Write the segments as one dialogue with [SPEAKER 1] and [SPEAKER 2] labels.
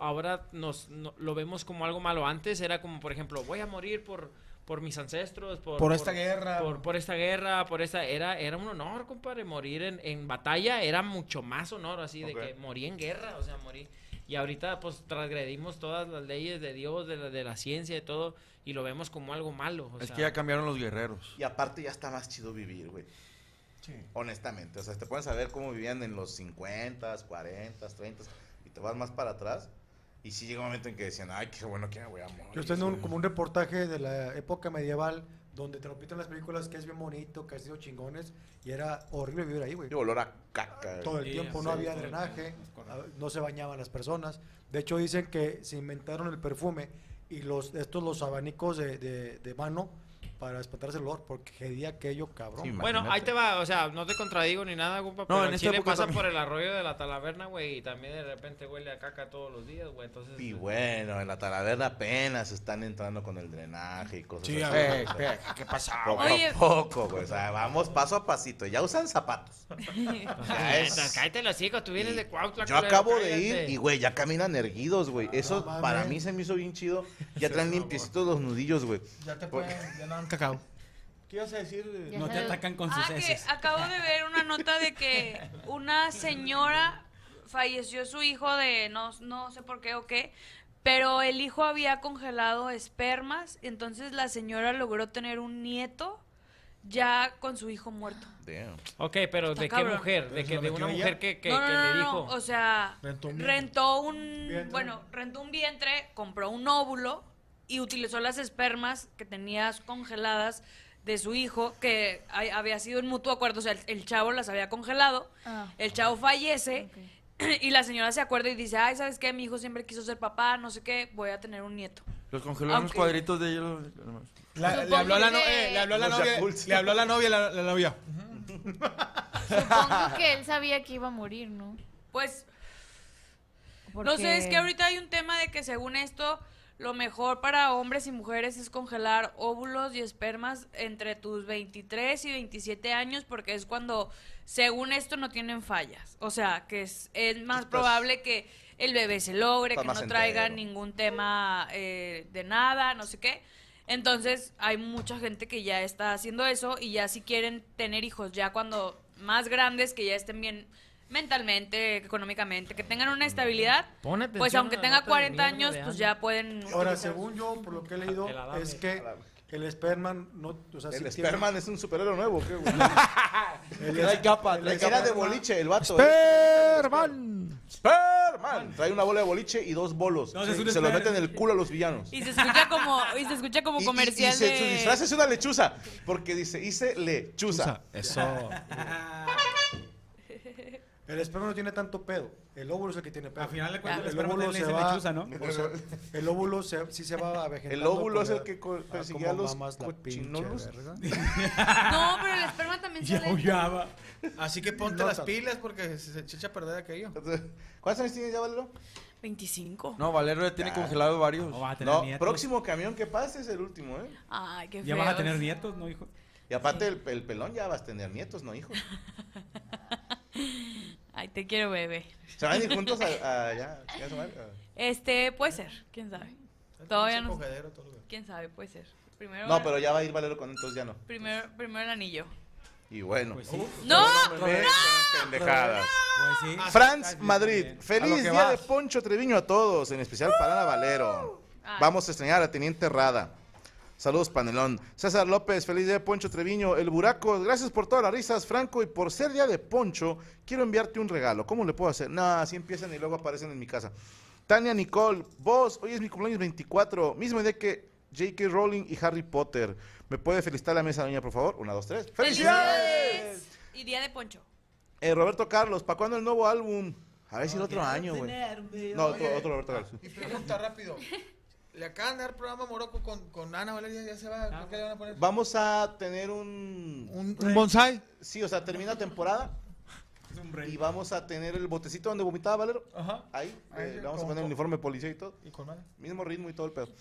[SPEAKER 1] ahora nos no, lo vemos como algo malo. Antes era como, por ejemplo, voy a morir por, por mis ancestros, por,
[SPEAKER 2] por esta por, guerra.
[SPEAKER 1] Por, por, esta guerra, por esta... Era, era un honor, compadre, morir en, en batalla era mucho más honor, así, okay. de que morí en guerra, o sea, morí... Y ahorita pues transgredimos todas las leyes de Dios, de la, de la ciencia y todo, y lo vemos como algo malo. O
[SPEAKER 2] es
[SPEAKER 1] sea.
[SPEAKER 2] que ya cambiaron los guerreros.
[SPEAKER 3] Y aparte ya está más chido vivir, güey. Sí. Honestamente, o sea, te pueden saber cómo vivían en los 50, 40, 30 te vas más para atrás. Y sí llega un momento en que decían, ay, qué bueno que voy a morir.
[SPEAKER 4] Yo estoy en un, como un reportaje de la época medieval donde te lo pintan las películas que es bien bonito, que ha sido chingones, y era horrible vivir ahí, güey.
[SPEAKER 3] Y olor a caca.
[SPEAKER 4] Todo el sí, tiempo sí, no sí, había drenaje, ah, no se bañaban las personas. De hecho, dicen que se inventaron el perfume y los estos los abanicos de, de, de mano para espantarse el olor, porque día aquello, cabrón. Sí,
[SPEAKER 1] bueno, ahí te va, o sea, no te contradigo ni nada, compa, pero no, en Chile pasa también. por el arroyo de la Talaverna, güey, y también de repente huele a caca todos los días, güey, entonces...
[SPEAKER 3] Y bueno, en la Talaverna apenas están entrando con el drenaje y cosas
[SPEAKER 2] sí, así. Hey, hey, ¿qué pasa?
[SPEAKER 3] Poco a poco, güey, o sea, vamos paso a pasito, ya usan zapatos.
[SPEAKER 1] es... Cállate los hijos, tú vienes de Cuautla.
[SPEAKER 3] Yo acabo de ir y, güey, ya caminan erguidos, güey, eso no, para mí se me hizo bien chido, ya traen limpiecitos los nudillos, güey.
[SPEAKER 2] Ya te pueden, ya no cacao.
[SPEAKER 5] ¿Qué ibas a decir?
[SPEAKER 6] Ya no te atacan con
[SPEAKER 7] ah,
[SPEAKER 6] sus
[SPEAKER 7] que
[SPEAKER 6] heces.
[SPEAKER 7] acabo de ver una nota de que una señora falleció su hijo de no, no sé por qué o qué, pero el hijo había congelado espermas, entonces la señora logró tener un nieto ya con su hijo muerto.
[SPEAKER 1] Damn. Ok, pero Está ¿de cabrón. qué mujer? ¿De, que, de una mujer que, que,
[SPEAKER 7] no,
[SPEAKER 1] no,
[SPEAKER 7] no,
[SPEAKER 1] que le dijo?
[SPEAKER 7] O sea, rentó un, rentó un vientre. bueno, rentó un vientre, compró un óvulo y utilizó las espermas que tenías congeladas de su hijo, que hay, había sido en mutuo acuerdo, o sea, el, el chavo las había congelado,
[SPEAKER 1] Ah.
[SPEAKER 7] oh. el chavo fallece okay. y la señora se acuerda y dice, ay, ¿sabes qué? Mi hijo siempre quiso ser papá, no sé qué, voy a tener un nieto.
[SPEAKER 2] Los congeló en unos cuadritos de hielo.
[SPEAKER 5] La, le, habló a la no, eh, le, habló a la novia, le habló a la novia, la, la novia.
[SPEAKER 8] Supongo que él sabía que iba a morir, ¿no?
[SPEAKER 7] Pues, no sé, es que ahorita hay un tema de que según esto Lo mejor para hombres y mujeres es congelar óvulos y espermas entre tus 23 y 27 años porque es cuando, según esto, no tienen fallas. O sea, que es, es más
[SPEAKER 9] Estás-
[SPEAKER 7] probable que el bebé se logre,
[SPEAKER 9] Estás
[SPEAKER 7] que no
[SPEAKER 9] más
[SPEAKER 7] traiga
[SPEAKER 9] entero.
[SPEAKER 7] ningún tema eh, de nada, no sé qué. Entonces, hay mucha gente que ya está haciendo eso y ya si quieren tener hijos ya cuando más grandes, que ya estén bien mentalmente, económicamente, que tengan una estabilidad,
[SPEAKER 1] Pon
[SPEAKER 7] pues
[SPEAKER 1] atención
[SPEAKER 7] aunque
[SPEAKER 1] a la
[SPEAKER 7] tenga
[SPEAKER 1] nota de
[SPEAKER 7] 40
[SPEAKER 1] mierda
[SPEAKER 7] años,
[SPEAKER 1] de
[SPEAKER 7] pues
[SPEAKER 1] Ana.
[SPEAKER 7] ya pueden...
[SPEAKER 4] Ahora,
[SPEAKER 7] utilizar-
[SPEAKER 4] según yo, por lo que he leído,
[SPEAKER 1] El Adame.
[SPEAKER 4] es que el esperma no. O sea,
[SPEAKER 9] El
[SPEAKER 4] sí tiene-
[SPEAKER 9] Sperman es un superhéroe nuevo, qué güey.
[SPEAKER 4] el
[SPEAKER 10] Trae
[SPEAKER 4] es-
[SPEAKER 10] capa,
[SPEAKER 4] el
[SPEAKER 10] trae
[SPEAKER 4] es-
[SPEAKER 9] Era de boliche, el vato.
[SPEAKER 3] ¿eh?
[SPEAKER 10] Superman.
[SPEAKER 9] Sperman. Trae una bola de boliche y dos bolos.
[SPEAKER 2] No, ese es
[SPEAKER 9] Sí,
[SPEAKER 2] un
[SPEAKER 9] se lo
[SPEAKER 2] Sperman.
[SPEAKER 9] meten en el culo a los villanos.
[SPEAKER 7] Y se escucha como, y se escucha como
[SPEAKER 9] Y- y-
[SPEAKER 7] comercial
[SPEAKER 9] y se- su
[SPEAKER 7] de-
[SPEAKER 9] disfraz es una lechuza. Porque dice, hice lechuza.
[SPEAKER 2] Eso.
[SPEAKER 4] el esperma no tiene tanto pedo. El óvulo es el que tiene pedo.
[SPEAKER 2] Al final de cuentas,
[SPEAKER 4] el
[SPEAKER 2] el esperma
[SPEAKER 4] óvulo
[SPEAKER 2] también le
[SPEAKER 4] se
[SPEAKER 2] dicen
[SPEAKER 4] va.
[SPEAKER 2] lechuza, ¿no?
[SPEAKER 4] o sea, el óvulo se, sí se va vegetando.
[SPEAKER 9] El óvulo
[SPEAKER 4] con
[SPEAKER 9] es
[SPEAKER 4] la-
[SPEAKER 9] el que co-
[SPEAKER 4] Ah,
[SPEAKER 9] perseguía a
[SPEAKER 4] como
[SPEAKER 9] los
[SPEAKER 4] mamas la pinche
[SPEAKER 9] cochinolos.
[SPEAKER 4] verga.
[SPEAKER 7] No, pero el esperma también
[SPEAKER 2] Y
[SPEAKER 7] sale...
[SPEAKER 2] aullaba. Así que ponte
[SPEAKER 4] No
[SPEAKER 2] las
[SPEAKER 4] tanto.
[SPEAKER 2] pilas porque se, se echa a perder aquello.
[SPEAKER 9] ¿Cuántos años tienes ya, Valero?
[SPEAKER 7] 25.
[SPEAKER 10] No, Valero ya tiene congelados varios.
[SPEAKER 2] No va a Ah, tener
[SPEAKER 9] No,
[SPEAKER 2] nietos.
[SPEAKER 9] próximo camión que pase es el último, ¿eh?
[SPEAKER 7] Ay, qué feo.
[SPEAKER 2] Ya vas a tener nietos, ¿no, hijo?
[SPEAKER 9] Y aparte el, el pelón ya vas a tener nietos, no hijos.
[SPEAKER 7] Ay, te quiero, bebé.
[SPEAKER 9] Se van a ir juntos a, a- ya, ya se van. a-
[SPEAKER 7] Este, puede ser, quién sabe. Todavía
[SPEAKER 2] Ese
[SPEAKER 7] no...
[SPEAKER 2] cogedero, todo lo que-
[SPEAKER 7] Quién sabe, puede ser. Primero,
[SPEAKER 9] No, pero ya va a ir Valero con entonces ya no.
[SPEAKER 7] primero, primero el anillo.
[SPEAKER 9] Y bueno.
[SPEAKER 2] Pues sí.
[SPEAKER 7] ¡No!
[SPEAKER 5] Ah,
[SPEAKER 9] Ve, pendejadas.
[SPEAKER 2] Pues sí.
[SPEAKER 10] Ah,
[SPEAKER 9] Franz Madrid,
[SPEAKER 10] A lo
[SPEAKER 9] feliz
[SPEAKER 10] que
[SPEAKER 9] día
[SPEAKER 10] vas.
[SPEAKER 9] de Poncho Treviño a todos, en especial para Ana Valero.
[SPEAKER 7] Ay.
[SPEAKER 9] Vamos a estrenar a Teniente Rada. Saludos, panelón. César López, feliz día de Poncho Treviño. El Buraco, gracias por todas las risas, Franco. Y por ser día de Poncho, quiero enviarte un regalo. ¿Cómo le puedo hacer? Nah, así empiezan y luego aparecen en mi casa. Tania Nicole, vos, hoy es mi cumpleaños 24, mismo día que J.K. Rowling y Harry Potter. ¿Me puede felicitar la mesa, doña, por favor? Una, dos, tres. ¡Felicidades!
[SPEAKER 7] Y día de poncho.
[SPEAKER 9] Eh, Roberto Carlos, ¿para cuándo el nuevo álbum? A ver si el otro año, güey. No, otro,
[SPEAKER 2] Oye,
[SPEAKER 9] otro Roberto Carlos.
[SPEAKER 2] Y pregunta rápido. Le acaban de dar programa a Morocco con, con Ana Valeria, ya se va. ¿Por qué le van a poner?
[SPEAKER 9] Vamos a tener un...
[SPEAKER 2] Un, bonsai.
[SPEAKER 9] Sí, o sea, termina temporada
[SPEAKER 2] Un
[SPEAKER 9] y vamos a tener el botecito donde vomitaba Valero.
[SPEAKER 2] Ajá.
[SPEAKER 9] Ahí, eh,
[SPEAKER 2] Ahí,
[SPEAKER 9] le vamos a
[SPEAKER 2] con-
[SPEAKER 9] poner el
[SPEAKER 2] con-
[SPEAKER 9] uniforme de policía y todo.
[SPEAKER 2] Y con madre.
[SPEAKER 9] Mismo ritmo y todo el pedo.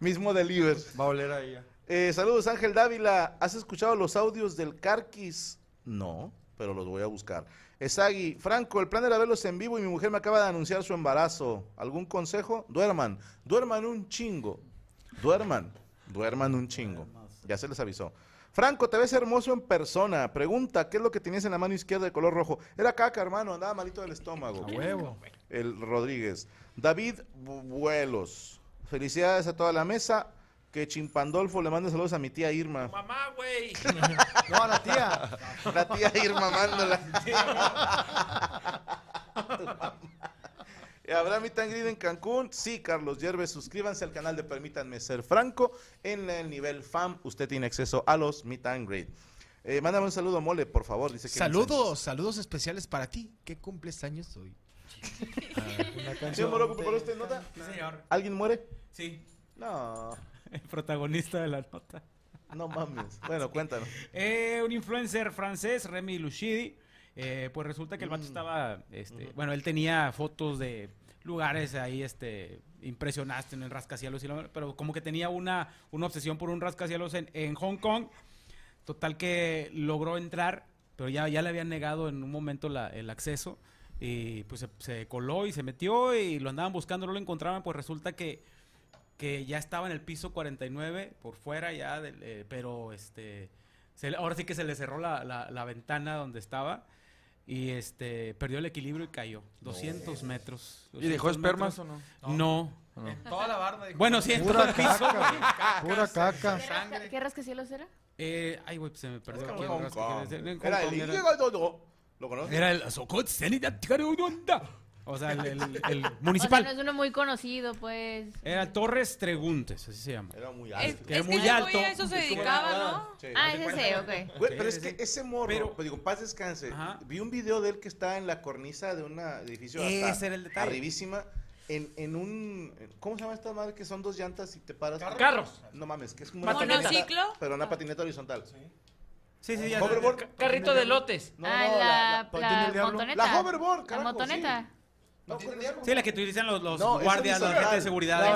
[SPEAKER 9] Mismo deliver.
[SPEAKER 10] Va a oler a ella.
[SPEAKER 9] Eh, saludos, Ángel Dávila. ¿Has escuchado los audios del Carquis? No, pero los voy a buscar. Esagui, Franco, el plan era verlos en vivo y mi mujer me acaba de anunciar su embarazo. ¿Algún consejo? Duerman, duerman un chingo. Duerman, duerman un chingo. Ya se les avisó. Franco, te ves hermoso en persona. Pregunta, ¿qué es lo que tenías en la mano izquierda de color rojo? Era caca, hermano, andaba malito del estómago.
[SPEAKER 2] Huevo.
[SPEAKER 9] El Rodríguez. David Bu- Buelos. Felicidades a toda la mesa. Que Chimpandolfo le mande saludos a mi tía Irma.
[SPEAKER 1] Mamá, güey.
[SPEAKER 4] No, a la tía.
[SPEAKER 9] La tía Irma mándola. Y ¿Habrá mi tangrid en Cancún? Sí, Carlos Yerbe, suscríbanse al canal de Permítanme Ser Franco. En el nivel FAM usted tiene acceso a los Meet and Greet. Eh, mándame un saludo, Mole, por favor. Dice que
[SPEAKER 2] Saludos, saludos especiales para ti. ¿Qué cumples años hoy?
[SPEAKER 4] Una
[SPEAKER 9] Señor
[SPEAKER 4] canción.
[SPEAKER 9] Moroco, ¿preparó
[SPEAKER 2] este,
[SPEAKER 9] usted este, nota?
[SPEAKER 2] Sí, señor.
[SPEAKER 9] ¿Alguien muere?
[SPEAKER 2] Sí,
[SPEAKER 9] No,
[SPEAKER 5] El protagonista de la nota.
[SPEAKER 9] no mames. Bueno, cuéntanos.
[SPEAKER 5] Eh, un influencer francés, Remy Luchidi. eh, pues resulta que el vato estaba, este, bueno, él tenía fotos de lugares ahí, este, impresionaste en el rascacielos, y la- pero como que tenía una, una obsesión por un rascacielos en, en Hong Kong. Total que logró entrar, pero ya, ya le habían negado en un momento la- el acceso. Y pues se, se coló y se metió y lo andaban buscando, no lo encontraban, pues resulta que que ya estaba en el piso 49 por fuera ya, del, eh, pero este, se le- ahora sí que se le cerró la, la- la ventana donde estaba y este perdió el equilibrio y cayó 200 metros.
[SPEAKER 10] ¿Y dejó
[SPEAKER 5] 200
[SPEAKER 10] espermas o
[SPEAKER 5] metros.
[SPEAKER 10] no?
[SPEAKER 5] No.
[SPEAKER 2] En toda la barda. dijo.
[SPEAKER 5] Bueno, sí, en todo
[SPEAKER 4] Pura
[SPEAKER 5] el piso.
[SPEAKER 4] caca. güey. Pura caca.
[SPEAKER 8] ¿Qué
[SPEAKER 2] Sangre.
[SPEAKER 8] rasca- ¿Qué rascacielos era?
[SPEAKER 5] Eh, ay, güey, se me perdió aquí. el
[SPEAKER 9] Hong
[SPEAKER 5] rastro que
[SPEAKER 9] Kong.
[SPEAKER 5] decía- en Hong
[SPEAKER 9] Era
[SPEAKER 5] Kong
[SPEAKER 9] el
[SPEAKER 5] era-
[SPEAKER 9] ¿Lo conoces?
[SPEAKER 5] Era el Socot Sanidad Carudonda. O sea, el, el- el
[SPEAKER 8] O sea, no
[SPEAKER 5] municipal.
[SPEAKER 8] es uno muy conocido, pues.
[SPEAKER 5] Era Torres Treguntes, así se llama.
[SPEAKER 9] Era muy
[SPEAKER 7] Es,
[SPEAKER 9] alto.
[SPEAKER 5] Que era
[SPEAKER 7] es
[SPEAKER 5] muy
[SPEAKER 7] que el
[SPEAKER 5] alto.
[SPEAKER 7] güey a eso se dedicaba, ¿no?
[SPEAKER 9] Sí.
[SPEAKER 8] Ah, ese sí, ok.
[SPEAKER 9] Güey,
[SPEAKER 5] Sí,
[SPEAKER 9] pero es
[SPEAKER 5] sí,
[SPEAKER 9] que
[SPEAKER 5] sí.
[SPEAKER 9] ese morro,
[SPEAKER 5] Pero-
[SPEAKER 9] pues, digo, paz descanse.
[SPEAKER 5] Ajá.
[SPEAKER 9] Vi un video de él que está en la cornisa de un edificio hasta
[SPEAKER 5] Ese era el detalle.
[SPEAKER 9] arribísima. En, en un. ¿Cómo se llama esta madre que son dos llantas y te paras?
[SPEAKER 1] Carros.
[SPEAKER 9] No mames, que es una
[SPEAKER 1] Patineta.
[SPEAKER 7] ¿Monociclo?
[SPEAKER 9] Pero una patineta horizontal.
[SPEAKER 5] Sí, sí, ya.
[SPEAKER 9] Hoverboard.
[SPEAKER 1] Carrito de lotes.
[SPEAKER 9] No,
[SPEAKER 8] ah,
[SPEAKER 9] no,
[SPEAKER 8] la,
[SPEAKER 4] la- ¿dónde el
[SPEAKER 8] la
[SPEAKER 4] diablo?
[SPEAKER 8] montoneta.
[SPEAKER 9] la hoverboard,
[SPEAKER 8] La
[SPEAKER 9] carajo,
[SPEAKER 8] montoneta.
[SPEAKER 9] sí.
[SPEAKER 5] Sí, la que utilizan los, los
[SPEAKER 9] No, es
[SPEAKER 5] guardias, la gente de
[SPEAKER 9] horizontal.
[SPEAKER 5] seguridad.
[SPEAKER 9] La
[SPEAKER 5] Es-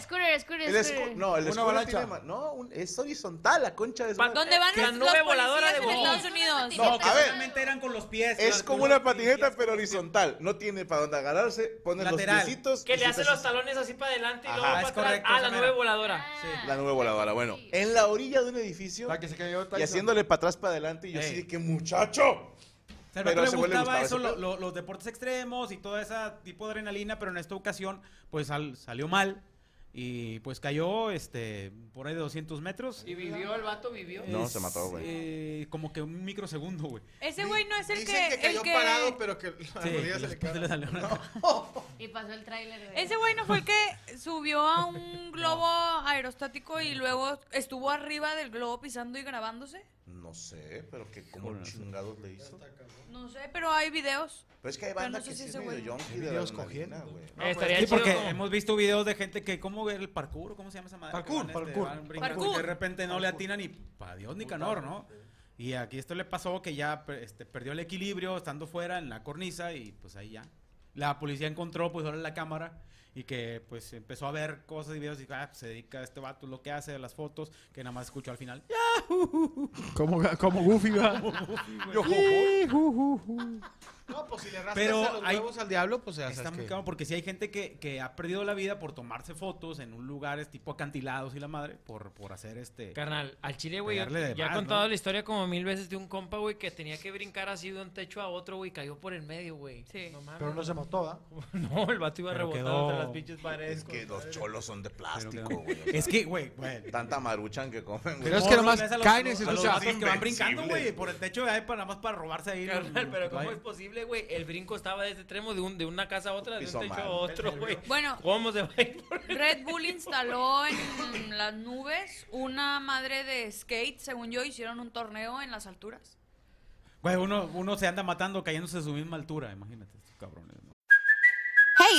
[SPEAKER 8] Scooter, scooter, scooter,
[SPEAKER 9] El
[SPEAKER 7] Este,
[SPEAKER 9] escu-
[SPEAKER 8] scooter.
[SPEAKER 9] no, el
[SPEAKER 5] Una
[SPEAKER 9] escudo
[SPEAKER 5] avalancha.
[SPEAKER 9] tiene ma- no, un- es horizontal, la concha de su madre.
[SPEAKER 7] ¿Dónde van
[SPEAKER 9] ¿Qué?
[SPEAKER 7] los, los policías en Estados Unidos?
[SPEAKER 9] No, a ver.
[SPEAKER 5] Solamente eran con los pies.
[SPEAKER 9] Es
[SPEAKER 5] con-
[SPEAKER 9] como una patineta, pero horizontal. No tiene para dónde agarrarse. Ponen
[SPEAKER 5] Lateral.
[SPEAKER 9] los piecitos.
[SPEAKER 1] Que
[SPEAKER 9] y
[SPEAKER 1] le
[SPEAKER 9] se
[SPEAKER 1] hacen
[SPEAKER 9] te-
[SPEAKER 1] los talones así para adelante y
[SPEAKER 9] pues, Ajá,
[SPEAKER 1] luego
[SPEAKER 9] es
[SPEAKER 1] para atrás.
[SPEAKER 9] correcto,
[SPEAKER 1] ah, la
[SPEAKER 9] esa
[SPEAKER 1] nueva
[SPEAKER 9] mera.
[SPEAKER 1] voladora.
[SPEAKER 9] La nube voladora, bueno. En la orilla de un edificio.
[SPEAKER 10] La que se cayó
[SPEAKER 9] Y
[SPEAKER 10] Tyson.
[SPEAKER 9] haciéndole para atrás, para adelante. Y yo así de que, muchacho.
[SPEAKER 5] Pero,
[SPEAKER 9] Pero
[SPEAKER 5] le
[SPEAKER 9] ese güey le
[SPEAKER 5] gustaba
[SPEAKER 9] gustaba
[SPEAKER 5] eso,
[SPEAKER 9] ese
[SPEAKER 5] lo-
[SPEAKER 9] pedo.
[SPEAKER 5] lo- los deportes extremos y todo ese tipo de adrenalina, pero en esta ocasión, pues sal- salió mal. Y pues cayó este por ahí de 200 metros.
[SPEAKER 1] Y vivió, el vato vivió.
[SPEAKER 9] No, se mató, güey.
[SPEAKER 5] eh, como que un microsegundo, güey.
[SPEAKER 7] Ese güey no es el
[SPEAKER 2] Dicen
[SPEAKER 7] que,
[SPEAKER 2] que
[SPEAKER 7] el
[SPEAKER 2] cayó
[SPEAKER 7] que-
[SPEAKER 2] parado, pero que la
[SPEAKER 5] Sí,
[SPEAKER 2] rodilla
[SPEAKER 5] que
[SPEAKER 2] se
[SPEAKER 5] las
[SPEAKER 2] le
[SPEAKER 5] patas
[SPEAKER 2] cayó.
[SPEAKER 5] le salieron.
[SPEAKER 8] Y pasó el tráiler, güey.
[SPEAKER 7] Ese güey no fue el que subió a un globo aerostático y luego estuvo arriba del globo pisando y grabándose.
[SPEAKER 9] No sé, pero que como chingados le hizo.
[SPEAKER 7] No sé, pero hay videos.
[SPEAKER 9] Pero es que hay
[SPEAKER 7] Pero
[SPEAKER 9] banda
[SPEAKER 7] no sé
[SPEAKER 9] que
[SPEAKER 7] si
[SPEAKER 9] sí es
[SPEAKER 7] ese güey-
[SPEAKER 9] medio yonki
[SPEAKER 4] Hay
[SPEAKER 9] de
[SPEAKER 4] videos
[SPEAKER 9] adrenalina,
[SPEAKER 4] cogiendo.
[SPEAKER 9] güey.
[SPEAKER 7] pues,
[SPEAKER 1] Eh, estaría
[SPEAKER 5] Sí,
[SPEAKER 1] chido
[SPEAKER 5] porque
[SPEAKER 1] como-
[SPEAKER 5] hemos visto videos de gente que, ¿cómo era el parkour? ¿Cómo se llama esa madre?
[SPEAKER 4] Parkour,
[SPEAKER 5] Que van,
[SPEAKER 4] parkour.
[SPEAKER 5] van brincando
[SPEAKER 7] Parkour.
[SPEAKER 5] y de repente no le atinan y pa' Dios Pues ni canor, ¿no? Y aquí esto le pasó que ya per- este, perdió el equilibrio estando fuera en la cornisa y pues ahí ya. La policía encontró pues ahora la cámara y que pues empezó a ver cosas y videos y ah, pues, se dedica a este vato lo que hace, las fotos, que nada más escuchó al final.
[SPEAKER 10] Como, como Goofy, va. Yo,
[SPEAKER 2] No, pues si le rascas
[SPEAKER 5] Pero
[SPEAKER 2] a los
[SPEAKER 5] hay-
[SPEAKER 2] huevos al diablo, pues ya
[SPEAKER 5] Está
[SPEAKER 2] sabes
[SPEAKER 5] muy
[SPEAKER 2] que-
[SPEAKER 5] cabrón porque si hay gente que, que ha perdido la vida por tomarse fotos en un lugares tipo acantilados y la madre por, por hacer
[SPEAKER 7] Em,
[SPEAKER 5] este...
[SPEAKER 1] Carnal, al chile, güey, yo-
[SPEAKER 5] Pegarle de
[SPEAKER 1] ya he
[SPEAKER 5] más,
[SPEAKER 1] contado
[SPEAKER 5] ¿no?
[SPEAKER 1] la historia como mil veces de un compa, güey, que tenía que brincar así de un techo a otro, güey, cayó por el medio, güey.
[SPEAKER 7] Sí.
[SPEAKER 1] No mames.
[SPEAKER 4] Pero no se mató, ¿ah?
[SPEAKER 1] No, el vato iba
[SPEAKER 5] Pero
[SPEAKER 1] rebotando
[SPEAKER 5] quedó-
[SPEAKER 1] entre las pinches paredes.
[SPEAKER 9] Es que
[SPEAKER 1] con-
[SPEAKER 9] los cholos son de
[SPEAKER 5] Pero
[SPEAKER 9] plástico,
[SPEAKER 5] quedó-
[SPEAKER 9] güey. o sea,
[SPEAKER 5] Es que, güey, güey.
[SPEAKER 9] Tanta maruchan que comen, güey.
[SPEAKER 10] Pero es que nomás caen y se
[SPEAKER 5] los
[SPEAKER 10] escucha.
[SPEAKER 5] vatos que van brincando,
[SPEAKER 9] Invencible.
[SPEAKER 5] güey, por el techo de ahí para nada más para robarse ahí. los-
[SPEAKER 1] Carnal,
[SPEAKER 5] los-
[SPEAKER 1] pero ¿cómo
[SPEAKER 5] los-
[SPEAKER 1] es posible, güey? El brinco estaba de este extremo de, un, de una casa a otra, de un
[SPEAKER 9] Piso
[SPEAKER 1] techo a
[SPEAKER 9] mal.
[SPEAKER 1] otro, güey.
[SPEAKER 7] Bueno.
[SPEAKER 1] ¿Cómo se va a ir por el-
[SPEAKER 7] Red Bull instaló en las nubes una madre de skate, según yo, hicieron un torneo en las alturas.
[SPEAKER 5] Güey, uno, uno se anda matando cayéndose a su misma altura, imagínate, estos cabrones. ¿no?
[SPEAKER 11] Hey,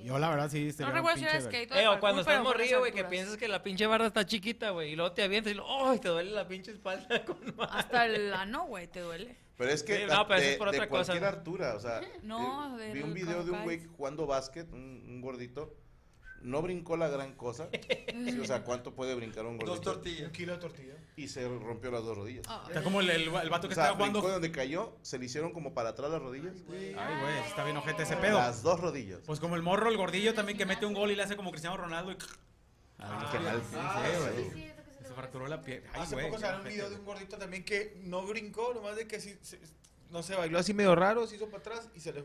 [SPEAKER 5] Yo, la verdad, sí.
[SPEAKER 7] No
[SPEAKER 5] sería un
[SPEAKER 7] recuerdo si era
[SPEAKER 5] pinche-
[SPEAKER 7] skate o de
[SPEAKER 1] Eh, o
[SPEAKER 7] parkour, pero
[SPEAKER 1] cuando estás
[SPEAKER 7] fue en las
[SPEAKER 1] morrido, güey, que
[SPEAKER 7] alturas.
[SPEAKER 1] piensas que la pinche barra está chiquita, güey, y luego te avientas y luego, ¡ay! Te duele la pinche espalda con más.
[SPEAKER 7] Hasta el ano, güey, te duele.
[SPEAKER 9] Pero es que
[SPEAKER 1] Sí,
[SPEAKER 9] la-
[SPEAKER 1] no, pero eso
[SPEAKER 9] de,
[SPEAKER 1] es por
[SPEAKER 9] de
[SPEAKER 1] otra cosa,
[SPEAKER 9] cualquier
[SPEAKER 1] güey.
[SPEAKER 9] altura, o sea,
[SPEAKER 7] No,
[SPEAKER 9] eh,
[SPEAKER 7] del
[SPEAKER 9] vi un video de un güey
[SPEAKER 7] Caucay.
[SPEAKER 9] jugando básquet, un, un gordito, no brincó la gran cosa, sí, o sea, ¿cuánto puede brincar un
[SPEAKER 10] Dos
[SPEAKER 9] gordito?
[SPEAKER 10] tortillas.
[SPEAKER 2] Un kilo de tortilla.
[SPEAKER 9] Y se rompió las dos rodillas.
[SPEAKER 5] Está como el, el, el vato
[SPEAKER 9] O
[SPEAKER 5] que
[SPEAKER 9] sea,
[SPEAKER 5] estaba
[SPEAKER 9] brincó
[SPEAKER 5] jugando.
[SPEAKER 9] donde cayó, se le hicieron como para atrás las rodillas.
[SPEAKER 5] Ay, güey, está bien ojete ese pedo.
[SPEAKER 9] Las dos rodillas.
[SPEAKER 1] Ah,
[SPEAKER 5] Pues como el morro, el gordillo también que mete un gol y le hace como Cristiano Ronaldo y.
[SPEAKER 9] Ah, qué mal.
[SPEAKER 5] güey.
[SPEAKER 8] Sí, eso que se
[SPEAKER 5] Se
[SPEAKER 8] lo-
[SPEAKER 5] fracturó la piel. Ay,
[SPEAKER 2] Hace
[SPEAKER 5] güey.
[SPEAKER 2] poco
[SPEAKER 5] qué
[SPEAKER 2] salió un
[SPEAKER 5] ojete,
[SPEAKER 2] video de
[SPEAKER 5] güey.
[SPEAKER 2] un gordito también que no brincó, nomás de que sí, se- no se bailó así medio raro, se hizo para atrás y se le...